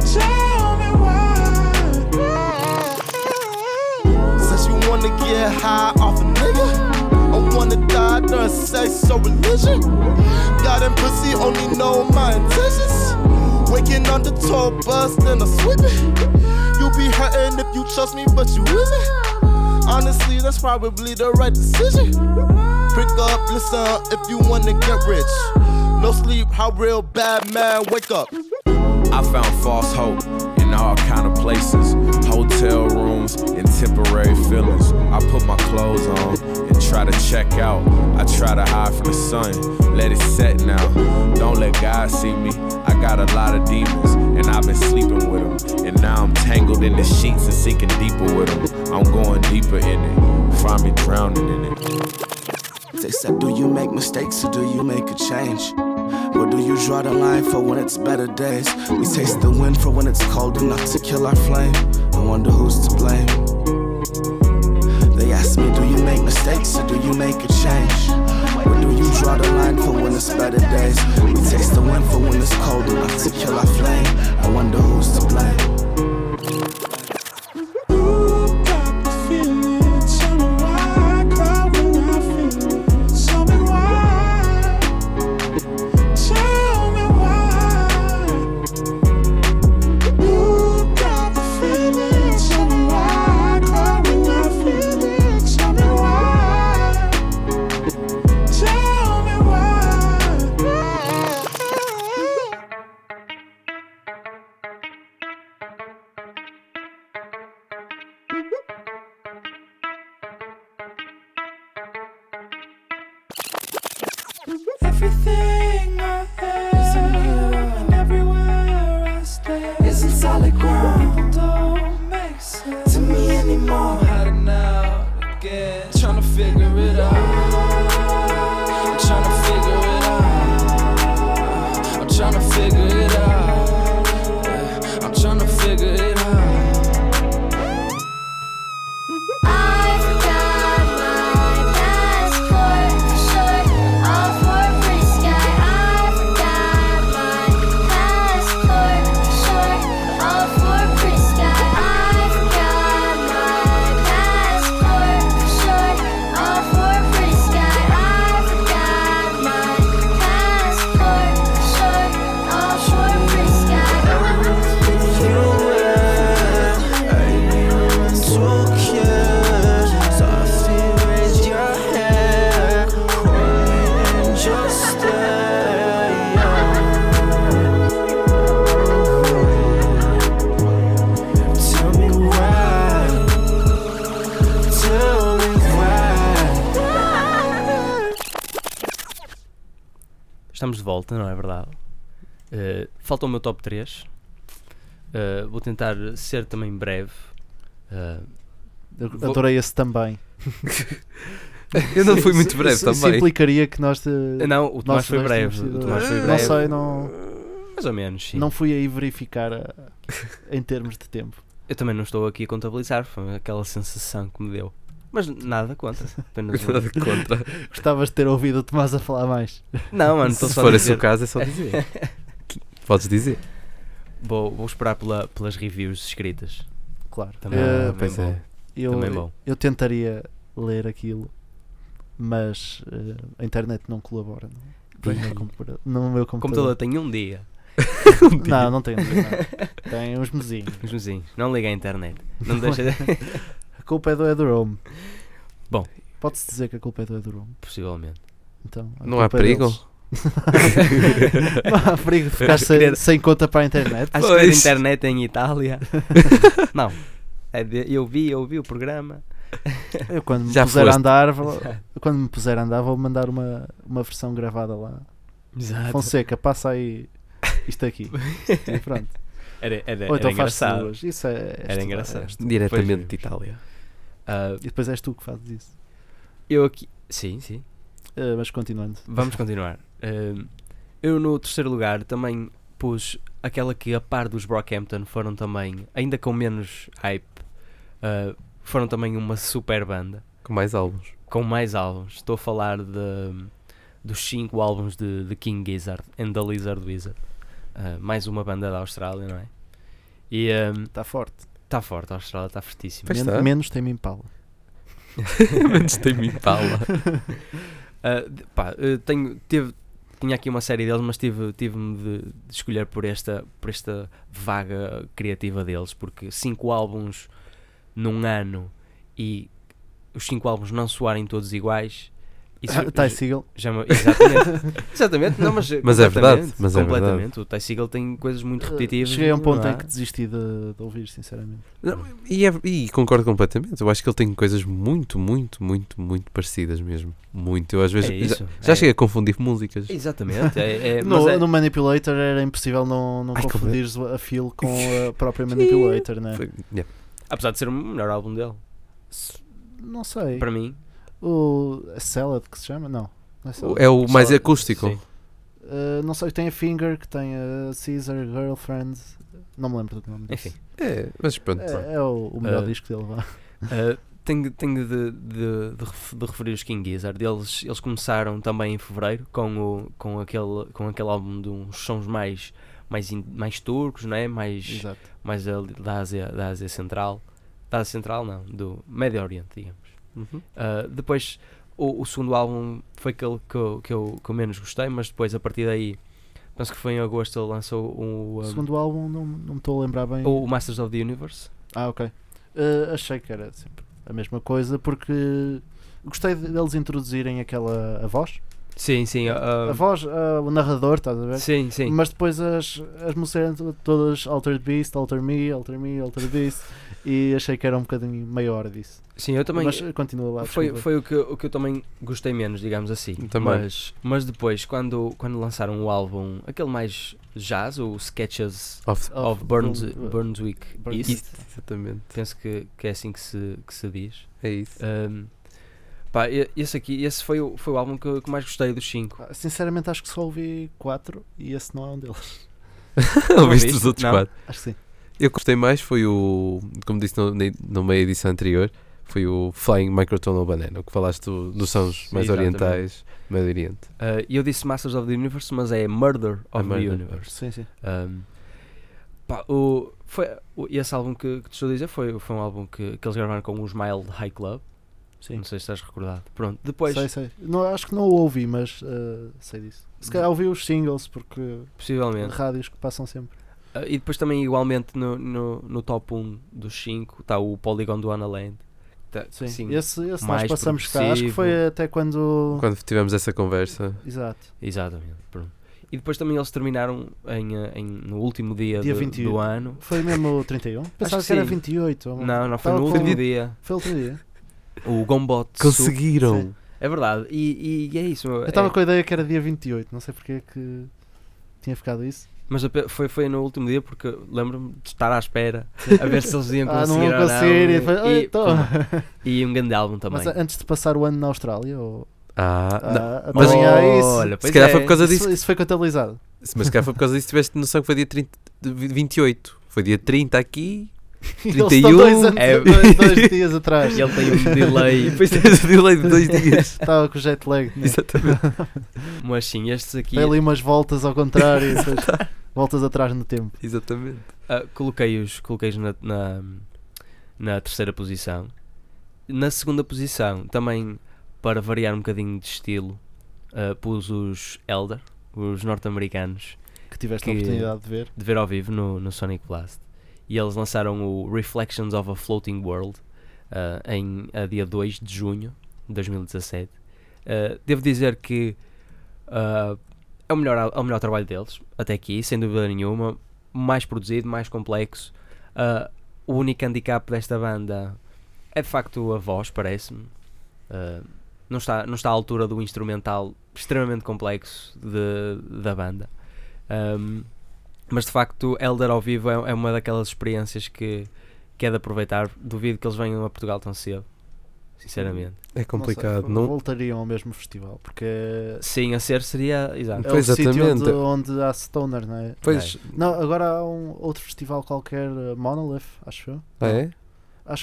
Speaker 6: Tell me why.
Speaker 7: Since you wanna get high off a nigga, I wanna die during sex or religion. God and pussy only know my intentions. Waking on the tour bus, then I sweep it. You be hurting if you trust me, but you isn't. Honestly, that's probably the right decision. Pick up, listen up if you wanna get rich. No sleep, how real bad man, wake up.
Speaker 8: I found false hope in all kind of places, hotel rooms and temporary feelings. I put my clothes on and try to check out. I try to hide from the sun, let it set now. Don't let God see me. I got a lot of demons and I've been sleeping with them. And now I'm tangled in the sheets and sinking deeper with them. I'm going deeper in it. Find me drowning in it.
Speaker 6: They said, Do you make mistakes or do you make a change? Where do you draw the line for when it's better days? We taste the wind for when it's cold enough to kill our flame. I wonder who's to blame. They asked me, Do you make mistakes or do you make a change? Where do you draw the line for when it's better days? We taste the wind for when it's cold enough to kill our flame. I wonder who's to blame. Tell me why.
Speaker 2: Estamos de volta, não é verdade? Eh, falta o meu top 3. vou tentar ser também breve. Eh,
Speaker 3: Eu
Speaker 2: Vou-
Speaker 3: Adorei esse também.
Speaker 4: Eu não fui
Speaker 3: Isso-
Speaker 4: muito breve
Speaker 3: isso- isso
Speaker 4: também.
Speaker 3: implicaria que nós. te-
Speaker 2: não, o Tomás
Speaker 3: nós
Speaker 2: foi
Speaker 3: dois tínhamos
Speaker 2: breve.
Speaker 3: sido- eh,
Speaker 2: O Tomás foi
Speaker 3: Não
Speaker 2: breve.
Speaker 3: sei, não,
Speaker 2: Mais ou menos, sim.
Speaker 3: não fui aí verificar ah, em termos de tempo.
Speaker 2: Eu também não estou aqui a contabilizar, foi aquela sensação que me deu. Mas nada contra. Apenas um-
Speaker 4: Nada contra.
Speaker 3: Gostavas de ter ouvido o Tomás a falar mais.
Speaker 2: Não, mano, estou
Speaker 4: Se
Speaker 2: só a
Speaker 4: for esse
Speaker 2: dizer.
Speaker 4: o caso, é só dizer. Podes dizer.
Speaker 2: Vou, vou esperar pela- pelas reviews escritas.
Speaker 3: Claro.
Speaker 2: Também,
Speaker 4: Ah,
Speaker 3: Eh,
Speaker 2: também bom.
Speaker 4: é.
Speaker 3: eu,
Speaker 2: também é bom.
Speaker 3: eu tentaria ler aquilo, mas eh, a internet não colabora. Não, é
Speaker 2: Pois
Speaker 3: no, meu
Speaker 2: não.
Speaker 3: computador, no meu
Speaker 2: Como toda
Speaker 3: computador.
Speaker 2: tem um dia.
Speaker 3: Não, não tem. Não. Tem uns mesinhos.
Speaker 2: Os vizinhos, assim, não liga à internet. Não deixa.
Speaker 3: A culpa é do Ed Rome.
Speaker 2: Bom.
Speaker 3: Pode-se dizer que a culpa é do Ed Rome.
Speaker 2: Possivelmente.
Speaker 3: Então, a
Speaker 4: Não há
Speaker 3: culpa é
Speaker 4: perigo?
Speaker 3: deles. não há perigo de ficar sem,
Speaker 2: Querer-
Speaker 3: sem conta para a internet.
Speaker 2: Acho que a
Speaker 4: Pois.
Speaker 2: internet em Itália. não. É de- eu vi, eu vi o programa.
Speaker 3: Eu quando me
Speaker 4: Já
Speaker 3: puser a
Speaker 4: foste.
Speaker 3: andar, vou- quando me puser a andar, vou mandar uma, uma versão gravada lá.
Speaker 2: Exato.
Speaker 3: Fonseca, passa aí isto aqui. E pronto.
Speaker 2: Era, era,
Speaker 3: Ou
Speaker 2: É, era
Speaker 3: então faz
Speaker 2: engraçado.
Speaker 3: duas. Isso é,
Speaker 2: Era engraçado.
Speaker 4: Diretamente
Speaker 2: Pois.
Speaker 4: de Itália.
Speaker 2: Ah,
Speaker 3: E depois és tu que fazes isso.
Speaker 2: eu aqui. Sim, sim.
Speaker 3: Ah, mas continuando.
Speaker 2: Vamos continuar. Ahm, eu, no terceiro lugar, também pus aquela que, a par dos Brockhampton, foram também, ainda com menos hype, ah, foram também uma super banda,
Speaker 4: Com mais álbuns.
Speaker 2: com mais álbuns. Estou a falar de, dos cinco álbuns de, de King Gizzard and the Lizard Wizard. Ah, mais uma banda da Austrália, não é? E
Speaker 3: Está Tá forte.
Speaker 2: está forte, a Austrália está fortíssima.
Speaker 4: Pois
Speaker 3: Men-
Speaker 4: está.
Speaker 3: Menos tem-me impala.
Speaker 4: Menos tem Impala.
Speaker 2: Ah, de- pá, eh, tenho, teve, tinha aqui uma série deles, mas tive- tive-me de, de escolher por esta, por esta vaga criativa deles, porque cinco álbuns num ano e os cinco álbuns não soarem todos iguais. Isso,
Speaker 3: Ah, Ty Siegel.
Speaker 2: já me- exatamente, exatamente não, mas,
Speaker 4: Mas é verdade,
Speaker 2: completamente,
Speaker 4: mas é verdade.
Speaker 2: completamente. O Ty Siegel tem coisas muito repetitivas.
Speaker 3: Cheguei a um ponto
Speaker 2: não é?
Speaker 3: em que desisti de, de ouvir, sinceramente.
Speaker 4: Não, e, é- e concordo completamente. Eu acho que ele tem coisas muito, muito, muito, muito parecidas mesmo. Muito. Eu às vezes
Speaker 2: É
Speaker 4: já,
Speaker 2: isso,
Speaker 4: já
Speaker 2: é-
Speaker 4: cheguei a confundir músicas.
Speaker 2: Exatamente, é, é, mas
Speaker 3: No,
Speaker 2: é-
Speaker 3: no Manipulator era impossível não, não
Speaker 4: Ai, que
Speaker 3: confundires a Phil com a própria Manipulator, né?
Speaker 4: Foi- yeah.
Speaker 2: apesar de ser o melhor álbum dele,
Speaker 3: Não sei.
Speaker 2: para mim,
Speaker 3: O a Salad que se chama? Não. não é Salad.
Speaker 4: É o mais
Speaker 2: só-
Speaker 4: acústico.
Speaker 2: sim.
Speaker 3: Ah, não sei, tem a Finger, que tem a Caesar, Girlfriend. Não me lembro do nome desse.
Speaker 2: enfim.
Speaker 4: É, mas pronto.
Speaker 3: É, é o, o melhor
Speaker 2: Ah.
Speaker 3: disco dele, vá.
Speaker 2: Uh, tenho tenho de, de, de ref- de referir os King Gizzard. Eles, eles começaram também em fevereiro com, o, com, aquele, com aquele álbum de uns sons mais, mais, in- mais turcos, né? mais,
Speaker 3: Exato.
Speaker 2: mais ali da, Ásia, da Ásia Central. Da Ásia Central, não, do Médio Oriente, digamos.
Speaker 4: Uhum.
Speaker 2: Uh, depois, o, o segundo álbum foi aquele que eu, que, eu, que eu menos gostei, mas depois, a partir daí, penso que foi em agosto, ele lançou o,
Speaker 3: O
Speaker 2: um,
Speaker 3: segundo álbum, não, não me estou a lembrar bem.
Speaker 2: o Masters of the Universe.
Speaker 3: Ah, ok. Ah, achei que era sempre a mesma coisa, porque gostei deles introduzirem aquela a voz.
Speaker 2: Sim, sim.
Speaker 3: A voz, ah, o narrador, estás a ver?
Speaker 2: sim, sim.
Speaker 3: Mas depois as, as músicas eram todas Altered Beast, Alter Me, Alter Me, Alter Beast. e achei que era um bocadinho maior disso.
Speaker 2: Sim, eu também.
Speaker 3: Mas eh, continua lá.
Speaker 2: Foi,
Speaker 3: desculpa.
Speaker 2: foi o, que, o que eu também gostei menos, digamos assim.
Speaker 4: Também.
Speaker 2: Mas, mas depois, quando, quando lançaram o álbum, aquele mais jazz, o Sketches
Speaker 4: Off-
Speaker 3: Of eh,
Speaker 2: of Burns,
Speaker 3: Burn-
Speaker 2: Brunswick
Speaker 3: Burns-
Speaker 2: East,
Speaker 4: uh, Exatamente.
Speaker 2: penso que, que é assim que se, que se diz.
Speaker 4: É isso.
Speaker 2: Ahm, pá, e- esse aqui, esse foi, o- foi o álbum que, eu- que mais gostei dos 5.
Speaker 3: Ah, Sinceramente, acho que só ouvi 4 e esse não é um deles.
Speaker 4: Ouviste os
Speaker 2: ouviste?
Speaker 4: outros
Speaker 2: Não.
Speaker 4: quatro.
Speaker 3: Acho que sim.
Speaker 4: Eu gostei mais foi o, como disse no- ne- numa edição anterior, foi o Flying Microtonal Banana, o que falaste do- dos sons mais
Speaker 2: Exatamente.
Speaker 4: orientais, meio oriente.
Speaker 2: Uh, E eu disse Masters of the Universe, mas é Murder
Speaker 4: É
Speaker 2: of the
Speaker 4: Murder.
Speaker 2: Universe.
Speaker 3: Sim, sim.
Speaker 2: Um, pá, o, foi, o- esse álbum que, que te estou a dizer foi, foi um álbum que, que eles gravaram com os Mild High Club.
Speaker 3: sim.
Speaker 2: Não sei se estás recordado. Pronto, depois,
Speaker 3: Sei, sei. Não, acho que não o ouvi, mas eh, sei disso. Se calhar ouvi os singles, porque
Speaker 2: possivelmente.
Speaker 3: rádios que passam sempre.
Speaker 2: Ah, E depois também, igualmente, no, no, no top 1 dos 5 está o Polygon do Analand. Tá,
Speaker 3: Sim.
Speaker 2: sim,
Speaker 3: esse esse nós
Speaker 2: mais
Speaker 3: passamos cá. Acho que foi até quando.
Speaker 4: Quando tivemos essa conversa,
Speaker 3: Exato.
Speaker 2: Exatamente. Pronto. E depois também eles terminaram em, ah, em, no último dia,
Speaker 3: Dia
Speaker 2: do,
Speaker 3: 28.
Speaker 2: do ano.
Speaker 3: Foi mesmo o 31? Pensava que,
Speaker 2: que
Speaker 3: era
Speaker 2: sim.
Speaker 3: 28. ou-
Speaker 2: Não, não, foi
Speaker 3: Tava
Speaker 2: no
Speaker 3: com-
Speaker 2: último dia.
Speaker 3: Foi outro dia.
Speaker 2: O Gombot Soup-
Speaker 4: conseguiram.
Speaker 2: É verdade. E, e- e é isso.
Speaker 3: Eu
Speaker 2: é-
Speaker 3: estava com a ideia que era dia 28, não sei porque é que tinha ficado isso.
Speaker 2: Mas a pe- foi, foi no último dia porque lembro-me de estar à espera a ver se eles iam
Speaker 3: Ah, não
Speaker 2: conseguir
Speaker 3: vou
Speaker 2: ou não.
Speaker 3: conseguir. E depois, "Olha, tô."
Speaker 2: pum, e um grande álbum um também.
Speaker 3: Mas eh, antes de passar o ano na Austrália, ou
Speaker 4: Ah, não.
Speaker 3: ah,
Speaker 4: mas-
Speaker 3: apanhei
Speaker 2: Olha,
Speaker 3: isso.
Speaker 2: pois
Speaker 4: se calhar
Speaker 2: é.
Speaker 4: foi por causa disso.
Speaker 3: isso. Isso foi contabilizado.
Speaker 4: Mas se calhar foi por causa disso que tiveste noção que foi dia 30, de 28. Foi dia 30 aqui.
Speaker 3: Eles estão dois,
Speaker 4: 31,
Speaker 3: anos-
Speaker 2: é-
Speaker 3: dois, dois dias atrás.
Speaker 2: Ele tem um delay.
Speaker 4: E depois é, tens o delay de dois dias.
Speaker 3: Estava com jet lag. Né?
Speaker 4: Exatamente.
Speaker 2: Mas sim, estes aqui. é.
Speaker 3: Dei ali umas voltas ao contrário, e depois voltas atrás no tempo.
Speaker 4: Exatamente.
Speaker 2: Ah, coloquei-os coloquei na, na, na terceira posição. Na segunda posição, também para variar um bocadinho de estilo, ah, pus os Elder, os norte-americanos,
Speaker 3: Que tiveste
Speaker 2: Que-
Speaker 3: a oportunidade de ver.
Speaker 2: de ver ao vivo no, no Sonic Blast. E eles lançaram o Reflections of a Floating World ah, em a dia 2 de junho de 2017. Ah, devo dizer que ah, é, o melhor, al- é o melhor trabalho deles, até aqui, sem dúvida nenhuma. Mais produzido, mais complexo. Ah, o único handicap desta banda é de facto a voz, parece-me. Ah, não, está, não está à altura do instrumental extremamente complexo de- da banda. Ahm, mas de facto, Elder ao vivo é, é uma daquelas experiências que, que é de aproveitar. Duvido que eles venham a Portugal tão cedo, sinceramente.
Speaker 4: É
Speaker 3: Não
Speaker 4: complicado.
Speaker 3: sei,
Speaker 4: Não
Speaker 3: Voltariam ao mesmo festival, porque é
Speaker 2: Sim, a ser seria. Exato.
Speaker 3: o
Speaker 4: Pois,
Speaker 3: sítio onde,
Speaker 4: exatamente.
Speaker 3: onde há stoners, não é?
Speaker 4: Pois,
Speaker 3: Não, agora há um outro festival qualquer, eh, Monolith, acho eu.
Speaker 4: ah, é?
Speaker 3: Acho,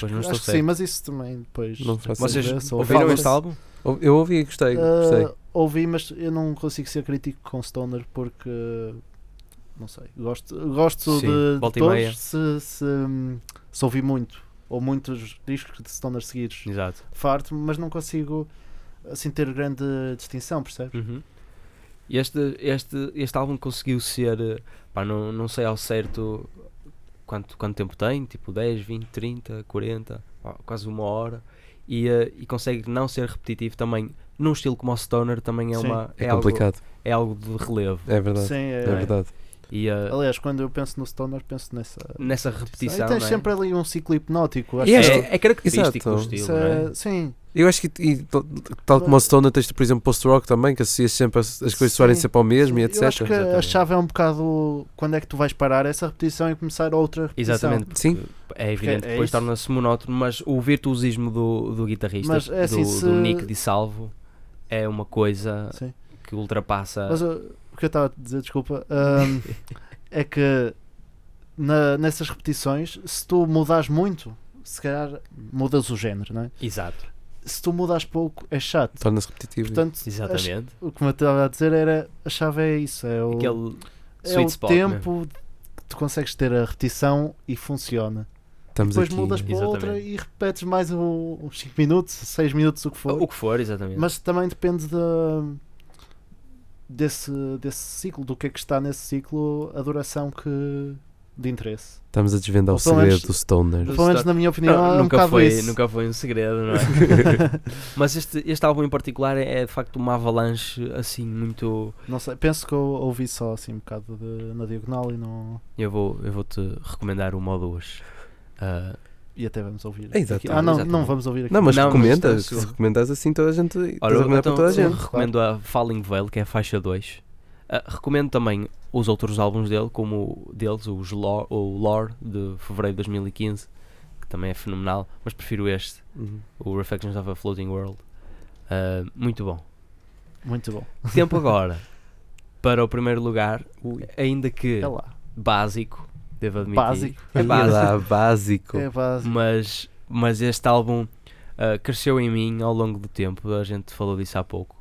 Speaker 2: Pois
Speaker 3: que,
Speaker 2: não estou
Speaker 3: acho que
Speaker 2: certo.
Speaker 3: sim, mas isso também depois.
Speaker 4: Não faço
Speaker 3: depois
Speaker 2: Vocês
Speaker 3: vê-se, ou
Speaker 2: ouviram
Speaker 3: fala-se.
Speaker 2: este álbum?
Speaker 4: Ou- Eu ouvi e gostei. Gostei.
Speaker 3: Ah, ouvi, mas eu não consigo ser crítico com Stoner porque não sei. Gosto, gosto
Speaker 2: Sim,
Speaker 3: de, de
Speaker 2: volta e meia.
Speaker 3: todos se, se, hum, se ouvi muito, ou muitos discos de Stoner seguidos,
Speaker 2: Exato.
Speaker 3: farto, mas não consigo assim ter grande distinção, percebes?
Speaker 2: Uhum. Este, este, este álbum conseguiu ser. eh, Pá, não, não sei ao certo quanto, quanto tempo tem, tipo 10, 20, 30, 40, pá, quase uma hora. E, eh, e consegue não ser repetitivo também. Num estilo como o Stoner, também é,
Speaker 3: Sim.
Speaker 2: uma,
Speaker 4: É,
Speaker 2: algo,
Speaker 4: complicado.
Speaker 2: é algo de relevo.
Speaker 4: É verdade.
Speaker 3: Sim, é,
Speaker 4: é
Speaker 3: é.
Speaker 4: verdade.
Speaker 2: E eh,
Speaker 3: Aliás, quando eu penso no Stoner, penso nessa.
Speaker 2: nessa
Speaker 3: Aí
Speaker 2: repetição.
Speaker 3: Então tens
Speaker 2: não é?
Speaker 3: sempre ali um ciclo hipnótico. acho
Speaker 4: E
Speaker 2: É,
Speaker 4: acho
Speaker 3: eu.
Speaker 4: que-
Speaker 2: é característico do
Speaker 4: Exato.
Speaker 2: estilo,
Speaker 3: Isso
Speaker 2: não é?
Speaker 3: é- Sim,
Speaker 4: Eu acho que, e tal- tal como o Stoner, tens, por exemplo, post-rock também, que associas sempre as, as coisas
Speaker 3: Sim.
Speaker 4: soarem sempre ao mesmo e
Speaker 3: Eu
Speaker 4: etc.
Speaker 3: acho que a
Speaker 2: Exatamente.
Speaker 3: chave é um bocado quando é que tu vais parar essa repetição e começar outra repetição.
Speaker 2: Exatamente, porque
Speaker 4: Sim.
Speaker 2: é evidente que
Speaker 3: é
Speaker 2: depois
Speaker 3: isso.
Speaker 2: torna-se monótono, mas o virtuosismo do, do guitarrista,
Speaker 3: Mas, é assim,
Speaker 2: do, do
Speaker 3: se-
Speaker 2: Nick Di Salvo, é uma coisa
Speaker 3: Sim.
Speaker 2: que ultrapassa.
Speaker 3: Mas uh, o que eu estava a dizer, desculpa, hum, é que na- nessas repetições, se tu mudares muito, se calhar mudas o género, não é?
Speaker 2: Exato,
Speaker 3: Se tu mudas pouco, é chato.
Speaker 4: Torna-se repetitivo.
Speaker 3: Portanto, a ch-
Speaker 2: exatamente.
Speaker 3: o que eu estava a dizer era a chave é isso, é o,
Speaker 2: Aquele
Speaker 3: é o
Speaker 2: sweet spot. né?
Speaker 3: tempo que tu consegues ter a repetição e funciona.
Speaker 4: Estamos
Speaker 3: Depois
Speaker 4: aqui.
Speaker 3: mudas para outra
Speaker 2: exatamente.
Speaker 3: e repetes mais um- uns 5 minutos, 6 minutos, o que for.
Speaker 2: O que for, exatamente.
Speaker 3: Mas também depende da- desse, desse ciclo, do que é que está nesse ciclo, a duração que, de interesse.
Speaker 4: Estamos a desvendar
Speaker 3: Ou
Speaker 4: o
Speaker 3: pelo
Speaker 4: segredo
Speaker 3: menos-
Speaker 4: do Stoner.
Speaker 2: Do
Speaker 3: Pelo menos
Speaker 2: start-
Speaker 3: na minha opinião,
Speaker 2: Não,
Speaker 3: é um
Speaker 2: nunca,
Speaker 3: bocado
Speaker 2: foi,
Speaker 3: isso.
Speaker 2: nunca foi um segredo, não é? Mas este, este álbum em particular é, é de facto uma avalanche assim muito.
Speaker 3: Não sei, penso que eu ouvi só assim um bocado de- na diagonal e não.
Speaker 2: Eu vou eu vou te recomendar uma ou duas. Ah,
Speaker 3: E até vamos ouvir.
Speaker 4: É, exato.
Speaker 3: aqui. Ah, não,
Speaker 2: Exatamente.
Speaker 3: não vamos ouvir aqui.
Speaker 4: Não, mas
Speaker 2: Não, mas
Speaker 4: recomendas.
Speaker 2: está-
Speaker 4: se recomendas assim, toda a gente. estás a
Speaker 2: Ora, eu,
Speaker 4: recomendar
Speaker 2: então,
Speaker 4: para toda a
Speaker 2: sim,
Speaker 4: gente.
Speaker 2: recomendo a Falling Veil, que é a faixa 2. Ah, recomendo também os outros álbuns dele, como o deles, os Lore, o Lore de fevereiro de 2015, que também é fenomenal, mas prefiro este,
Speaker 4: Uhum.
Speaker 2: o Reflections of a Floating World. Ah, muito bom.
Speaker 3: Muito bom.
Speaker 2: Tempo agora para o primeiro lugar, ainda que
Speaker 4: Tá
Speaker 3: É lá.
Speaker 2: básico, devo admitir.
Speaker 3: Básico.
Speaker 2: É
Speaker 4: Olha
Speaker 2: básico.
Speaker 4: lá, básico.
Speaker 3: É básico.
Speaker 2: mas, mas este álbum ah, cresceu em mim ao longo do tempo, a gente falou disso há pouco.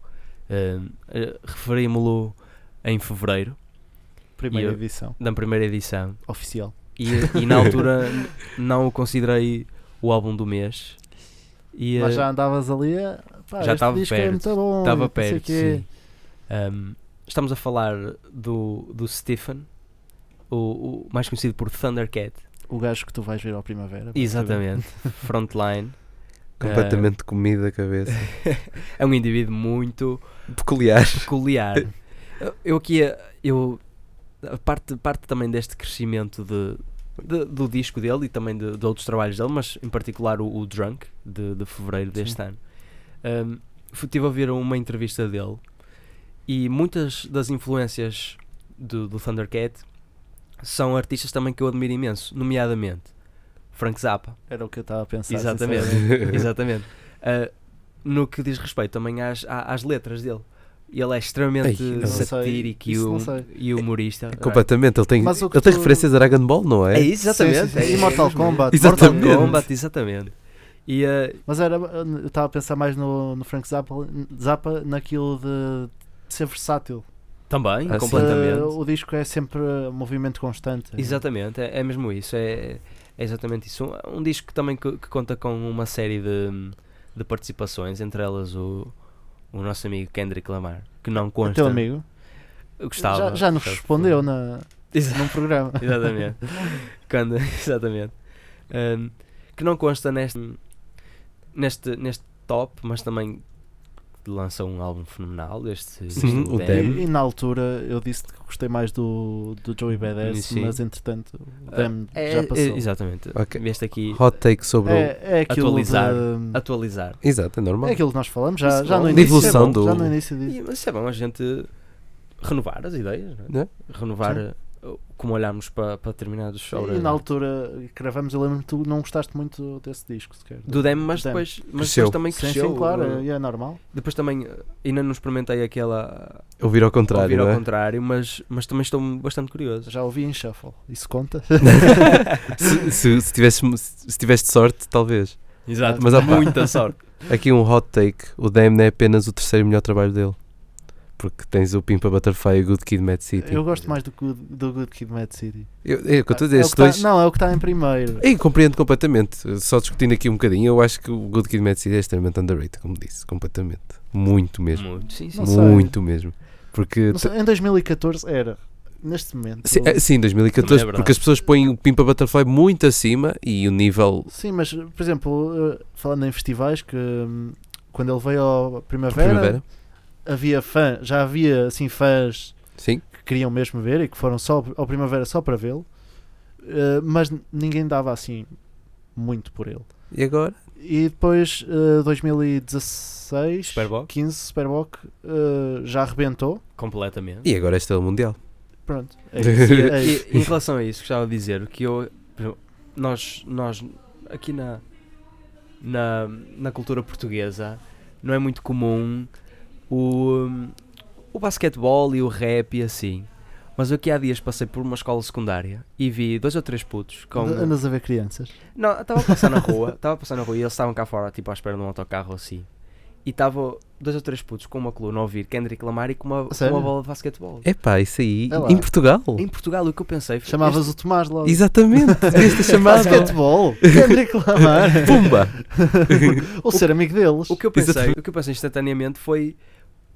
Speaker 2: Ah, ah, Referi-me-lo em fevereiro,
Speaker 3: Primeira
Speaker 2: e eu-
Speaker 3: edição.
Speaker 2: da primeira edição,
Speaker 3: Oficial.
Speaker 2: e, e na altura não o considerei o álbum do mês. E,
Speaker 3: Mas
Speaker 2: ah,
Speaker 3: já andavas ali. ah, Pá,
Speaker 2: já
Speaker 3: este
Speaker 2: estava
Speaker 3: disco
Speaker 2: perto,
Speaker 3: É muito bom,
Speaker 2: estava
Speaker 3: não sei o
Speaker 2: perto,
Speaker 3: quê.
Speaker 2: sim. Um, estamos a falar do, do Stephen, o, o mais conhecido por Thundercat,
Speaker 3: O gajo que tu vais ver ao primavera.
Speaker 2: exatamente, Frontline.
Speaker 4: Completamente comida da cabeça.
Speaker 2: É um indivíduo muito
Speaker 4: Peculiar.
Speaker 2: peculiar. Eu aqui, eh, eu, a parte, parte também deste crescimento de, de- do disco dele e também de, de outros trabalhos dele, mas em particular o, o Drunk, de, de fevereiro deste ano, um, fui- tive a ouvir uma entrevista dele e muitas das influências do, do Thundercat são artistas também que eu admiro imenso, nomeadamente Frank Zappa.
Speaker 3: Era o que eu estava a pensar.
Speaker 2: Exatamente,
Speaker 3: sinceramente.
Speaker 2: exatamente. Ah, no que diz respeito também às, à- às letras dele. Ele é extremamente
Speaker 4: Ei, É
Speaker 3: não sei.
Speaker 2: satírico e,
Speaker 3: Isso não
Speaker 2: hum-
Speaker 3: sei.
Speaker 2: e humorista.
Speaker 4: Completamente, ele tem,
Speaker 3: Mas o
Speaker 4: ele
Speaker 3: que
Speaker 4: tem
Speaker 3: tu-
Speaker 4: referências a Dragon Ball, não é?
Speaker 2: É isso, exatamente.
Speaker 3: Sim, sim, sim.
Speaker 2: é
Speaker 3: E Mortal
Speaker 2: isso mesmo.
Speaker 3: Kombat.
Speaker 4: Exatamente.
Speaker 2: Mortal
Speaker 3: Mortal Kombat.
Speaker 2: Kombat, exatamente. E, ah,
Speaker 3: Mas era, eu estava a pensar mais no, no Frank Zappa, Zappa naquilo de, de ser versátil.
Speaker 2: também,
Speaker 4: Ah, sim.
Speaker 2: completamente.
Speaker 3: Eh, o disco é sempre eh, movimento constante.
Speaker 2: Exatamente, é, é mesmo isso. É, é exatamente isso. Um, um disco também que, que conta com uma série de, de participações, entre elas o, o nosso amigo Kendrick Lamar, que não
Speaker 3: O
Speaker 2: consta.
Speaker 3: teu amigo
Speaker 2: Eu gostava,
Speaker 3: já, já nos
Speaker 2: gostava.
Speaker 3: respondeu na,
Speaker 2: Exa-
Speaker 3: num programa.
Speaker 2: exatamente. Quando, exatamente. Ahm, que não consta neste, neste, neste top, mas também lança um álbum fenomenal. Este,
Speaker 4: Sim,
Speaker 2: este
Speaker 4: o
Speaker 2: Damn.
Speaker 4: Damn.
Speaker 3: E, e na altura eu disse que gostei mais do, do Joey Badass,
Speaker 2: Sim.
Speaker 3: mas entretanto o
Speaker 2: Ah,
Speaker 3: Dem
Speaker 2: É,
Speaker 3: já
Speaker 2: é,
Speaker 3: passou.
Speaker 2: exatamente.
Speaker 4: Ok.
Speaker 2: Este aqui,
Speaker 4: Hot take sobre o.
Speaker 3: É, é aquilo
Speaker 2: Atualizar.
Speaker 3: de-
Speaker 2: atualizar.
Speaker 4: Exato, é normal.
Speaker 3: é aquilo que nós falamos já,
Speaker 2: Isso
Speaker 3: já no
Speaker 2: não-
Speaker 3: início.
Speaker 4: De evolução
Speaker 3: é bom,
Speaker 4: do-
Speaker 3: Já no início disso.
Speaker 2: E, mas isso é bom a gente renovar as ideias, não é?
Speaker 4: Né?
Speaker 2: renovar
Speaker 3: Sim.
Speaker 2: eh, como olharmos para, para determinados obras.
Speaker 3: E na
Speaker 2: não é?
Speaker 3: altura que gravamos, eu lembro-me que tu não gostaste muito desse disco sequer.
Speaker 2: do Dem, mas
Speaker 3: Dem.
Speaker 2: depois, mas
Speaker 4: Cresceu.
Speaker 2: depois também
Speaker 3: Sim,
Speaker 2: cresceu.
Speaker 3: sim, claro,
Speaker 2: eh,
Speaker 3: é, é normal.
Speaker 2: Depois também eh, ainda não experimentei aquela
Speaker 4: Ouvir ao contrário.
Speaker 2: ouvir ao
Speaker 4: não é?
Speaker 2: contrário, mas, mas também estou bastante curioso.
Speaker 3: Já ouvi em Shuffle, isso conta.
Speaker 4: se, se, se tivesse, se tiveste sorte, talvez.
Speaker 2: Exato,
Speaker 4: Mas, opá.
Speaker 2: muita sorte.
Speaker 4: Aqui um hot take: o Damn é apenas o terceiro melhor trabalho dele. Porque tens o Pimpa Butterfly e o Good Kid Mad City.
Speaker 3: Eu gosto mais do, Good- do Good Kid Mad City.
Speaker 4: Eu, é o que eu estou a
Speaker 3: É
Speaker 4: dizer,
Speaker 3: o
Speaker 4: estes
Speaker 3: que tá-
Speaker 4: dois.
Speaker 3: Não, é o que está em primeiro.
Speaker 4: Ei, compreendo completamente. Só discutindo aqui um bocadinho, eu acho que o Good Kid Mad City é extremamente underrated, como disse, completamente. Muito mesmo.
Speaker 2: Muito, sim, sim.
Speaker 3: Não sei.
Speaker 4: Muito mesmo. Porque.
Speaker 3: Não sei, em 2014 era. Neste momento.
Speaker 4: Sim, é- sim,
Speaker 2: Também é
Speaker 4: 2014,
Speaker 2: verdade.
Speaker 4: porque as pessoas põem o Pimpa Butterfly muito acima e o nível.
Speaker 3: Sim, mas, por exemplo, eh, falando em festivais, que hum, quando ele veio ao Primavera,
Speaker 4: Primavera.
Speaker 3: havia fã, já havia assim fãs
Speaker 4: Sim.
Speaker 3: que queriam mesmo ver e que foram só ao Primavera só para vê-lo, eh, mas n- ninguém dava assim muito por ele.
Speaker 4: E agora?
Speaker 3: E depois, eh, 2016,
Speaker 2: Superboc.
Speaker 3: 15, Superboc, eh, já arrebentou.
Speaker 2: Completamente.
Speaker 4: E agora é estrela mundial.
Speaker 3: Pronto, é isso.
Speaker 2: E,
Speaker 3: é isso.
Speaker 2: e- em relação a isso, gostava de dizer que eu, por exemplo, nós, nós aqui na, na, na cultura portuguesa não é muito comum o, o basquetebol e o rap e assim. Mas eu aqui há dias passei por uma escola secundária e vi dois ou três putos com.
Speaker 3: Andas a ver crianças.
Speaker 2: Não, estava a passar na rua, estava a passar na rua e eles estavam cá fora, tipo à espera de um autocarro ou assim. E estavam dois ou três putos com uma coluna a ouvir Kendrick Lamar e com uma, com uma
Speaker 3: Sério?
Speaker 2: bola de basquetebol.
Speaker 4: Epá, isso aí.
Speaker 3: É lá.
Speaker 4: em Portugal?
Speaker 2: Em Portugal, o que eu pensei foi.
Speaker 3: Chamavas o Tomás logo.
Speaker 4: Exatamente. Esta chamada.
Speaker 3: Basquetebol, Kendrick Lamar,
Speaker 4: Pumba!
Speaker 3: ou ser amigo deles.
Speaker 2: O que eu pensei,
Speaker 4: Exatamente.
Speaker 2: o que eu pensei instantaneamente foi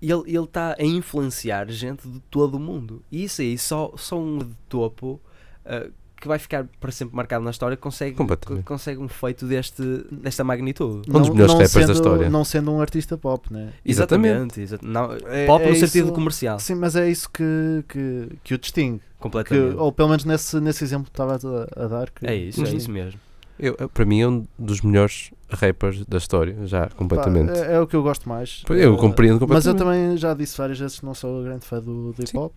Speaker 2: ele ele está a influenciar gente de todo o mundo. E isso aí só só um de topo ah, que vai ficar para sempre marcado na história consegue
Speaker 4: Completamente.
Speaker 2: co- consegue um feito deste desta magnitude.
Speaker 4: Um dos melhores rappers da
Speaker 3: sendo,
Speaker 4: história.
Speaker 3: Não sendo um artista pop, né?
Speaker 4: Exatamente.
Speaker 2: Exata- não,
Speaker 3: É-
Speaker 2: pop
Speaker 3: é
Speaker 2: no
Speaker 3: isso-
Speaker 2: sentido comercial,
Speaker 4: Ah.
Speaker 3: Sim, mas é isso que, que, que o distingue. Que,
Speaker 2: completamente.
Speaker 3: ou pelo menos nesse, nesse exemplo que estava a, a dar. Que,
Speaker 2: é isso, é
Speaker 4: Uhum.
Speaker 3: Sim.
Speaker 2: isso mesmo.
Speaker 4: Eu, eu- para mim é um dos melhores rappers da história, já
Speaker 3: Pá,
Speaker 4: completamente.
Speaker 3: é, é o que eu gosto mais.
Speaker 4: Pois, eu
Speaker 3: Eh,
Speaker 4: compreendo
Speaker 3: Mas eu
Speaker 4: completamente.
Speaker 3: também já disse várias vezes que não sou grande fã do, do hip hop.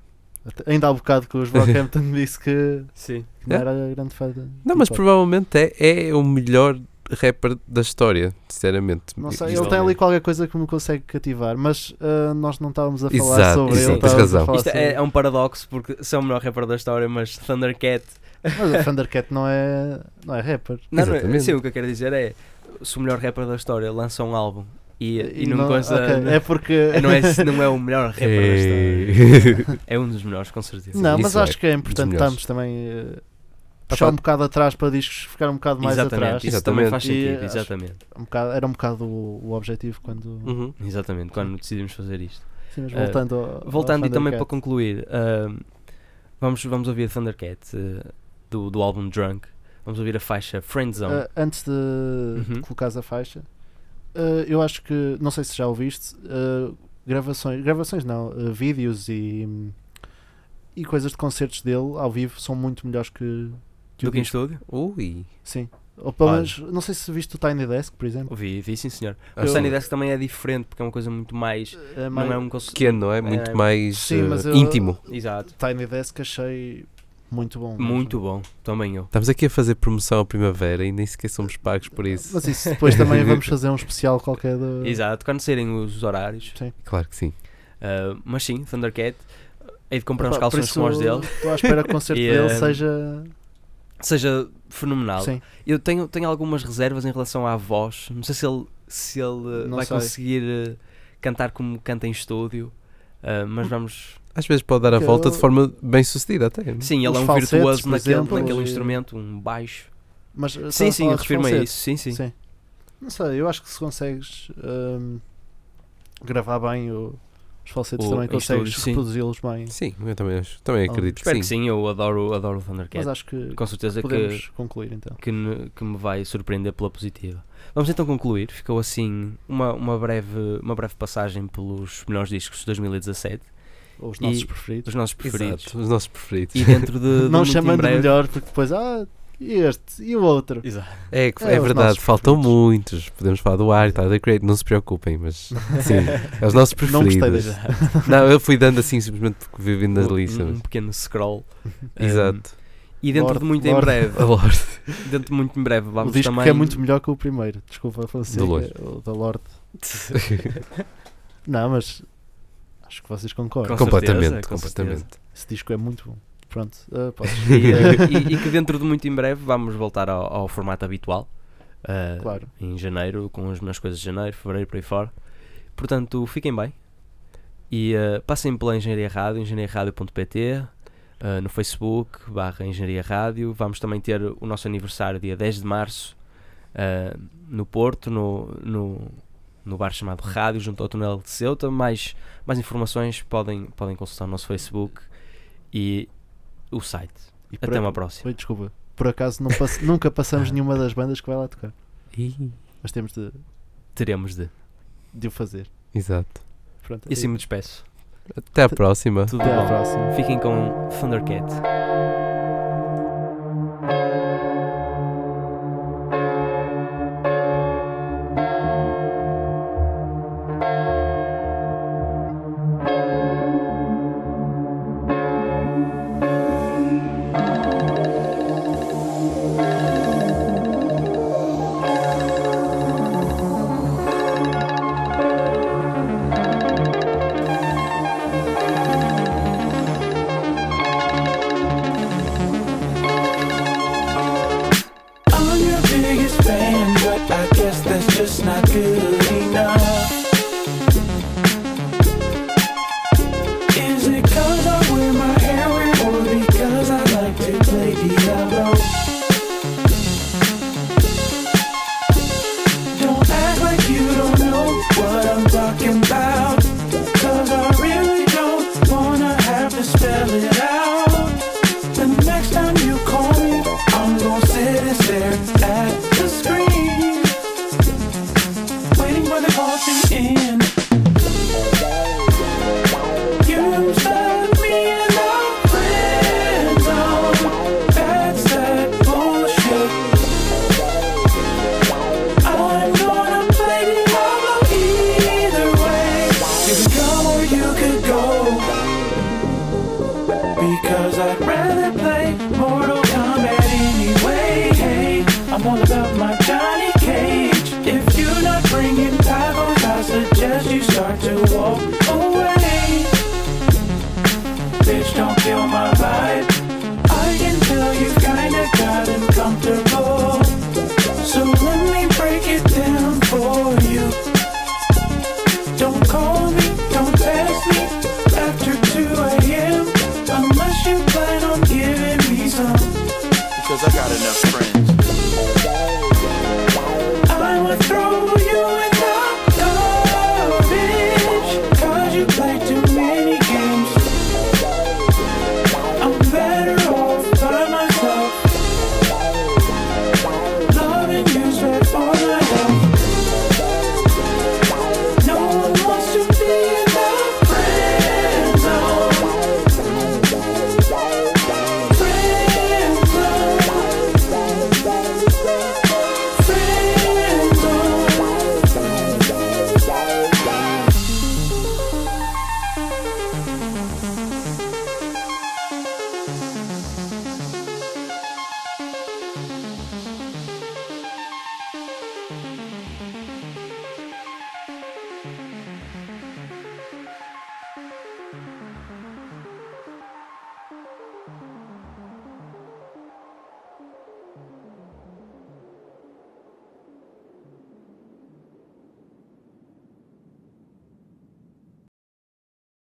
Speaker 3: Até- Ainda há bocado que o Brockhampton disse que
Speaker 2: Sim.
Speaker 3: que não
Speaker 4: É.
Speaker 3: era grande fã de
Speaker 4: Não, mas
Speaker 3: hip hop.
Speaker 4: provavelmente é, é o melhor rapper da história, sinceramente.
Speaker 3: Não sei,
Speaker 4: E-
Speaker 3: ele tem ali qualquer coisa que me consegue cativar, mas eh, nós não estávamos a falar
Speaker 4: Exato,
Speaker 3: sobre
Speaker 4: exato,
Speaker 3: ele.
Speaker 4: tens
Speaker 3: estávamos a
Speaker 4: razão.
Speaker 3: falar
Speaker 2: Isto é, é um paradoxo porque são o melhor rapper da história, mas Thundercat
Speaker 3: sobre- Mas o Thundercat não é, não é rapper.
Speaker 2: Não, não,
Speaker 4: Exatamente.
Speaker 2: sim, o que eu quero dizer é se o melhor rapper da história lança um álbum e, e,
Speaker 3: E
Speaker 2: não,
Speaker 3: não-
Speaker 2: consta
Speaker 3: ok, É porque.
Speaker 2: É, não, é, se não é o melhor rapper da história.
Speaker 4: Ei.
Speaker 2: É um dos melhores, com certeza.
Speaker 3: Não,
Speaker 4: Sim,
Speaker 3: mas
Speaker 4: isso
Speaker 3: acho
Speaker 4: é
Speaker 3: que é importante
Speaker 4: melhores.
Speaker 3: estarmos também eh,
Speaker 4: Ah,
Speaker 3: puxar
Speaker 4: pá.
Speaker 3: um bocado atrás para discos ficar um bocado mais
Speaker 2: exatamente,
Speaker 3: atrás.
Speaker 2: isso também faz
Speaker 3: Exatamente.
Speaker 2: sentido.
Speaker 3: E acho-
Speaker 2: Exatamente.
Speaker 3: Um bocado- era um bocado o, o objetivo quando.
Speaker 2: Hum.
Speaker 4: Uhum.
Speaker 2: Exatamente, quando decidimos fazer isto.
Speaker 3: Sim, mas
Speaker 2: Eh,
Speaker 3: voltando ao- ao
Speaker 2: Voltando e também para
Speaker 3: Thundercat.
Speaker 2: concluir, ahm, vamos, vamos ouvir a Thundercat eh, do, do álbum Drunk. Vamos ouvir a faixa Friendzone.
Speaker 3: Eh, antes de, de
Speaker 2: Uhum.
Speaker 3: colocares a faixa, eh, eu acho que, não sei se já ouviste, eh, gravações, gravações não, eh, vídeos e, e coisas de concertos dele ao vivo são muito melhores que, que o
Speaker 2: do que em
Speaker 3: disco.
Speaker 2: estúdio?
Speaker 4: Ui.
Speaker 3: Sim, Ou pelo
Speaker 2: Olha.
Speaker 3: menos, não sei se viste o Tiny Desk, por exemplo.
Speaker 2: Vi, vi sim senhor.
Speaker 4: Ah,
Speaker 2: o
Speaker 4: sim.
Speaker 2: Sunny Desk também é diferente porque é uma coisa muito mais.
Speaker 3: É mais-
Speaker 2: Não é um conce-
Speaker 4: pequeno, não é? Muito
Speaker 2: É,
Speaker 4: mais
Speaker 3: sim,
Speaker 4: eh,
Speaker 3: mas eu-
Speaker 4: íntimo.
Speaker 2: Exato.
Speaker 3: Tiny Desk achei muito bom. é?
Speaker 2: Muito bom. Também eu.
Speaker 4: Estamos aqui a fazer promoção à primavera e nem sequer somos pagos por isso.
Speaker 3: Mas isso depois também vamos fazer um especial qualquer do.
Speaker 2: Exato. Quando saírem os horários.
Speaker 4: Claro que sim.
Speaker 2: Ah, mas sim, Thundercat. Hei de comprar uns
Speaker 3: Epá, por
Speaker 2: calções
Speaker 3: isso,
Speaker 2: como os dele.
Speaker 3: Estou à espera que o concerto
Speaker 2: E,
Speaker 3: dele
Speaker 2: eh,
Speaker 3: seja.
Speaker 2: Seja fenomenal.
Speaker 3: Sim.
Speaker 2: Eu tenho, tenho algumas reservas em relação à voz. Não sei se ele, se ele eh,
Speaker 3: Não
Speaker 2: vai
Speaker 3: sei.
Speaker 2: conseguir eh, cantar como canta em estúdio. eh, mas vamos.
Speaker 4: Às vezes pode dar a
Speaker 3: Que
Speaker 4: volta
Speaker 3: eu-
Speaker 4: de forma bem sucedida até.
Speaker 2: Sim, ele
Speaker 3: Os
Speaker 2: é um
Speaker 3: falsetes,
Speaker 2: virtuoso
Speaker 3: por
Speaker 2: naquele,
Speaker 3: exemplo,
Speaker 2: naquele
Speaker 3: e-
Speaker 2: instrumento, um baixo.
Speaker 3: Mas, eh, estava
Speaker 2: Sim,
Speaker 3: a
Speaker 2: sim,
Speaker 3: falar
Speaker 2: eu
Speaker 3: dos
Speaker 2: refiro-me a
Speaker 3: falsetes.
Speaker 2: isso. Sim, sim.
Speaker 3: Sim. Não sei, eu acho que se consegues hum, gravar bem o- os falsetes
Speaker 2: O-
Speaker 3: também
Speaker 2: em
Speaker 3: consegues
Speaker 2: estúdio, sim.
Speaker 3: reproduzi-los bem.
Speaker 4: Sim, eu também, acho, também
Speaker 3: Oh,
Speaker 4: acredito
Speaker 2: Espero
Speaker 4: que
Speaker 2: que
Speaker 4: sim.
Speaker 2: sim, eu adoro, adoro o Thundercat.
Speaker 3: Mas acho que
Speaker 2: Com certeza que,
Speaker 3: podemos concluir então.
Speaker 2: que, ne- que me vai surpreender pela positiva. Vamos então concluir. Ficou assim uma, uma, breve, uma breve passagem pelos melhores discos de 2017,
Speaker 3: Ou os
Speaker 2: E-
Speaker 3: nossos preferidos.
Speaker 2: dos nossos preferidos.
Speaker 4: Exato, os nossos preferidos.
Speaker 2: E dentro de. de
Speaker 3: Não
Speaker 2: muito em
Speaker 3: chamando de
Speaker 2: breve-
Speaker 3: melhor, porque depois, ah, e este e o outro.
Speaker 4: É, que-
Speaker 3: É,
Speaker 4: é
Speaker 3: os
Speaker 4: verdade,
Speaker 3: nossos
Speaker 4: faltam muitos. Podemos falar do ar e tal, da Create, não se preocupem, mas sim, é os nossos
Speaker 3: Não gostei
Speaker 4: preferidos.
Speaker 3: deste.
Speaker 4: Não, eu fui dando assim simplesmente porque vi vindo nas
Speaker 2: um-
Speaker 4: listas.
Speaker 2: Um pequeno scroll. Um,
Speaker 4: Exato.
Speaker 2: e dentro
Speaker 3: Lorde,
Speaker 2: de muito
Speaker 3: Lorde.
Speaker 2: em breve.
Speaker 4: Lorde.
Speaker 2: Dentro de muito em breve
Speaker 3: O
Speaker 2: vamos
Speaker 3: disco
Speaker 2: também.
Speaker 3: que é muito melhor que o primeiro. Desculpa, Fonseca.
Speaker 4: Do Lorde.
Speaker 3: o Da Lorde. Não, mas acho que vocês concordam.
Speaker 2: Com
Speaker 4: completamente,
Speaker 2: certeza, com
Speaker 4: completamente.
Speaker 3: Esse disco é muito bom. Pronto, ah, podes.
Speaker 2: E, eh, e- e que dentro de muito em breve vamos voltar ao, ao formato habitual. eh,
Speaker 3: Claro.
Speaker 2: Em janeiro, com as minhas coisas de janeiro, fevereiro, por aí fora. Portanto, fiquem bem. E eh, passem pela Engenharia Rádio, engenhariaradio.pt, eh, no Facebook, barra Engenharia Rádio. Vamos também ter o nosso aniversário, dia 10 de março, eh, no Porto, no, no, no bar chamado Rádio, junto ao Tunel de Ceuta. Mais, mais informações podem, podem consultar o nosso Facebook e o site.
Speaker 3: E por
Speaker 2: Até
Speaker 3: ac-
Speaker 2: uma próxima.
Speaker 3: Oi, desculpa. Por acaso não pass- nunca passamos nenhuma das bandas que vai lá tocar. Mas temos de,
Speaker 2: Teremos de.
Speaker 3: de o fazer.
Speaker 4: Exato.
Speaker 3: Pronto,
Speaker 2: E assim
Speaker 3: é
Speaker 2: me
Speaker 3: isso.
Speaker 2: despeço.
Speaker 4: Até à próxima.
Speaker 2: Tudo
Speaker 3: Até à
Speaker 2: bom.
Speaker 3: próxima.
Speaker 2: Fiquem com Thundercat.
Speaker 5: I'm your biggest fan, but I guess that's just not good enough. Is it cause I wear my hair weird or because I like to play Diablo? Don't act like you don't know what I'm talking about. Cause I really don't wanna have to spell it out. The next time you call me, I'm gonna sit and stare at the screen, waiting for the call to end. You set me in a friend zone. That's that bullshit. I'm gonna play the other either way. You could come or you could go. Because I'd rather play Mortal Kombat anyway. Hey, I'm all about my Johnny Cage. If you're not bringing tacos, I suggest you start to walk away. Bitch, don't kill my vibe. I can tell you kinda got uncomfortable. So let me break it down for you. Don't call me, don't text me after 2 a.m. Unless you plan on giving me some.
Speaker 9: Because I got enough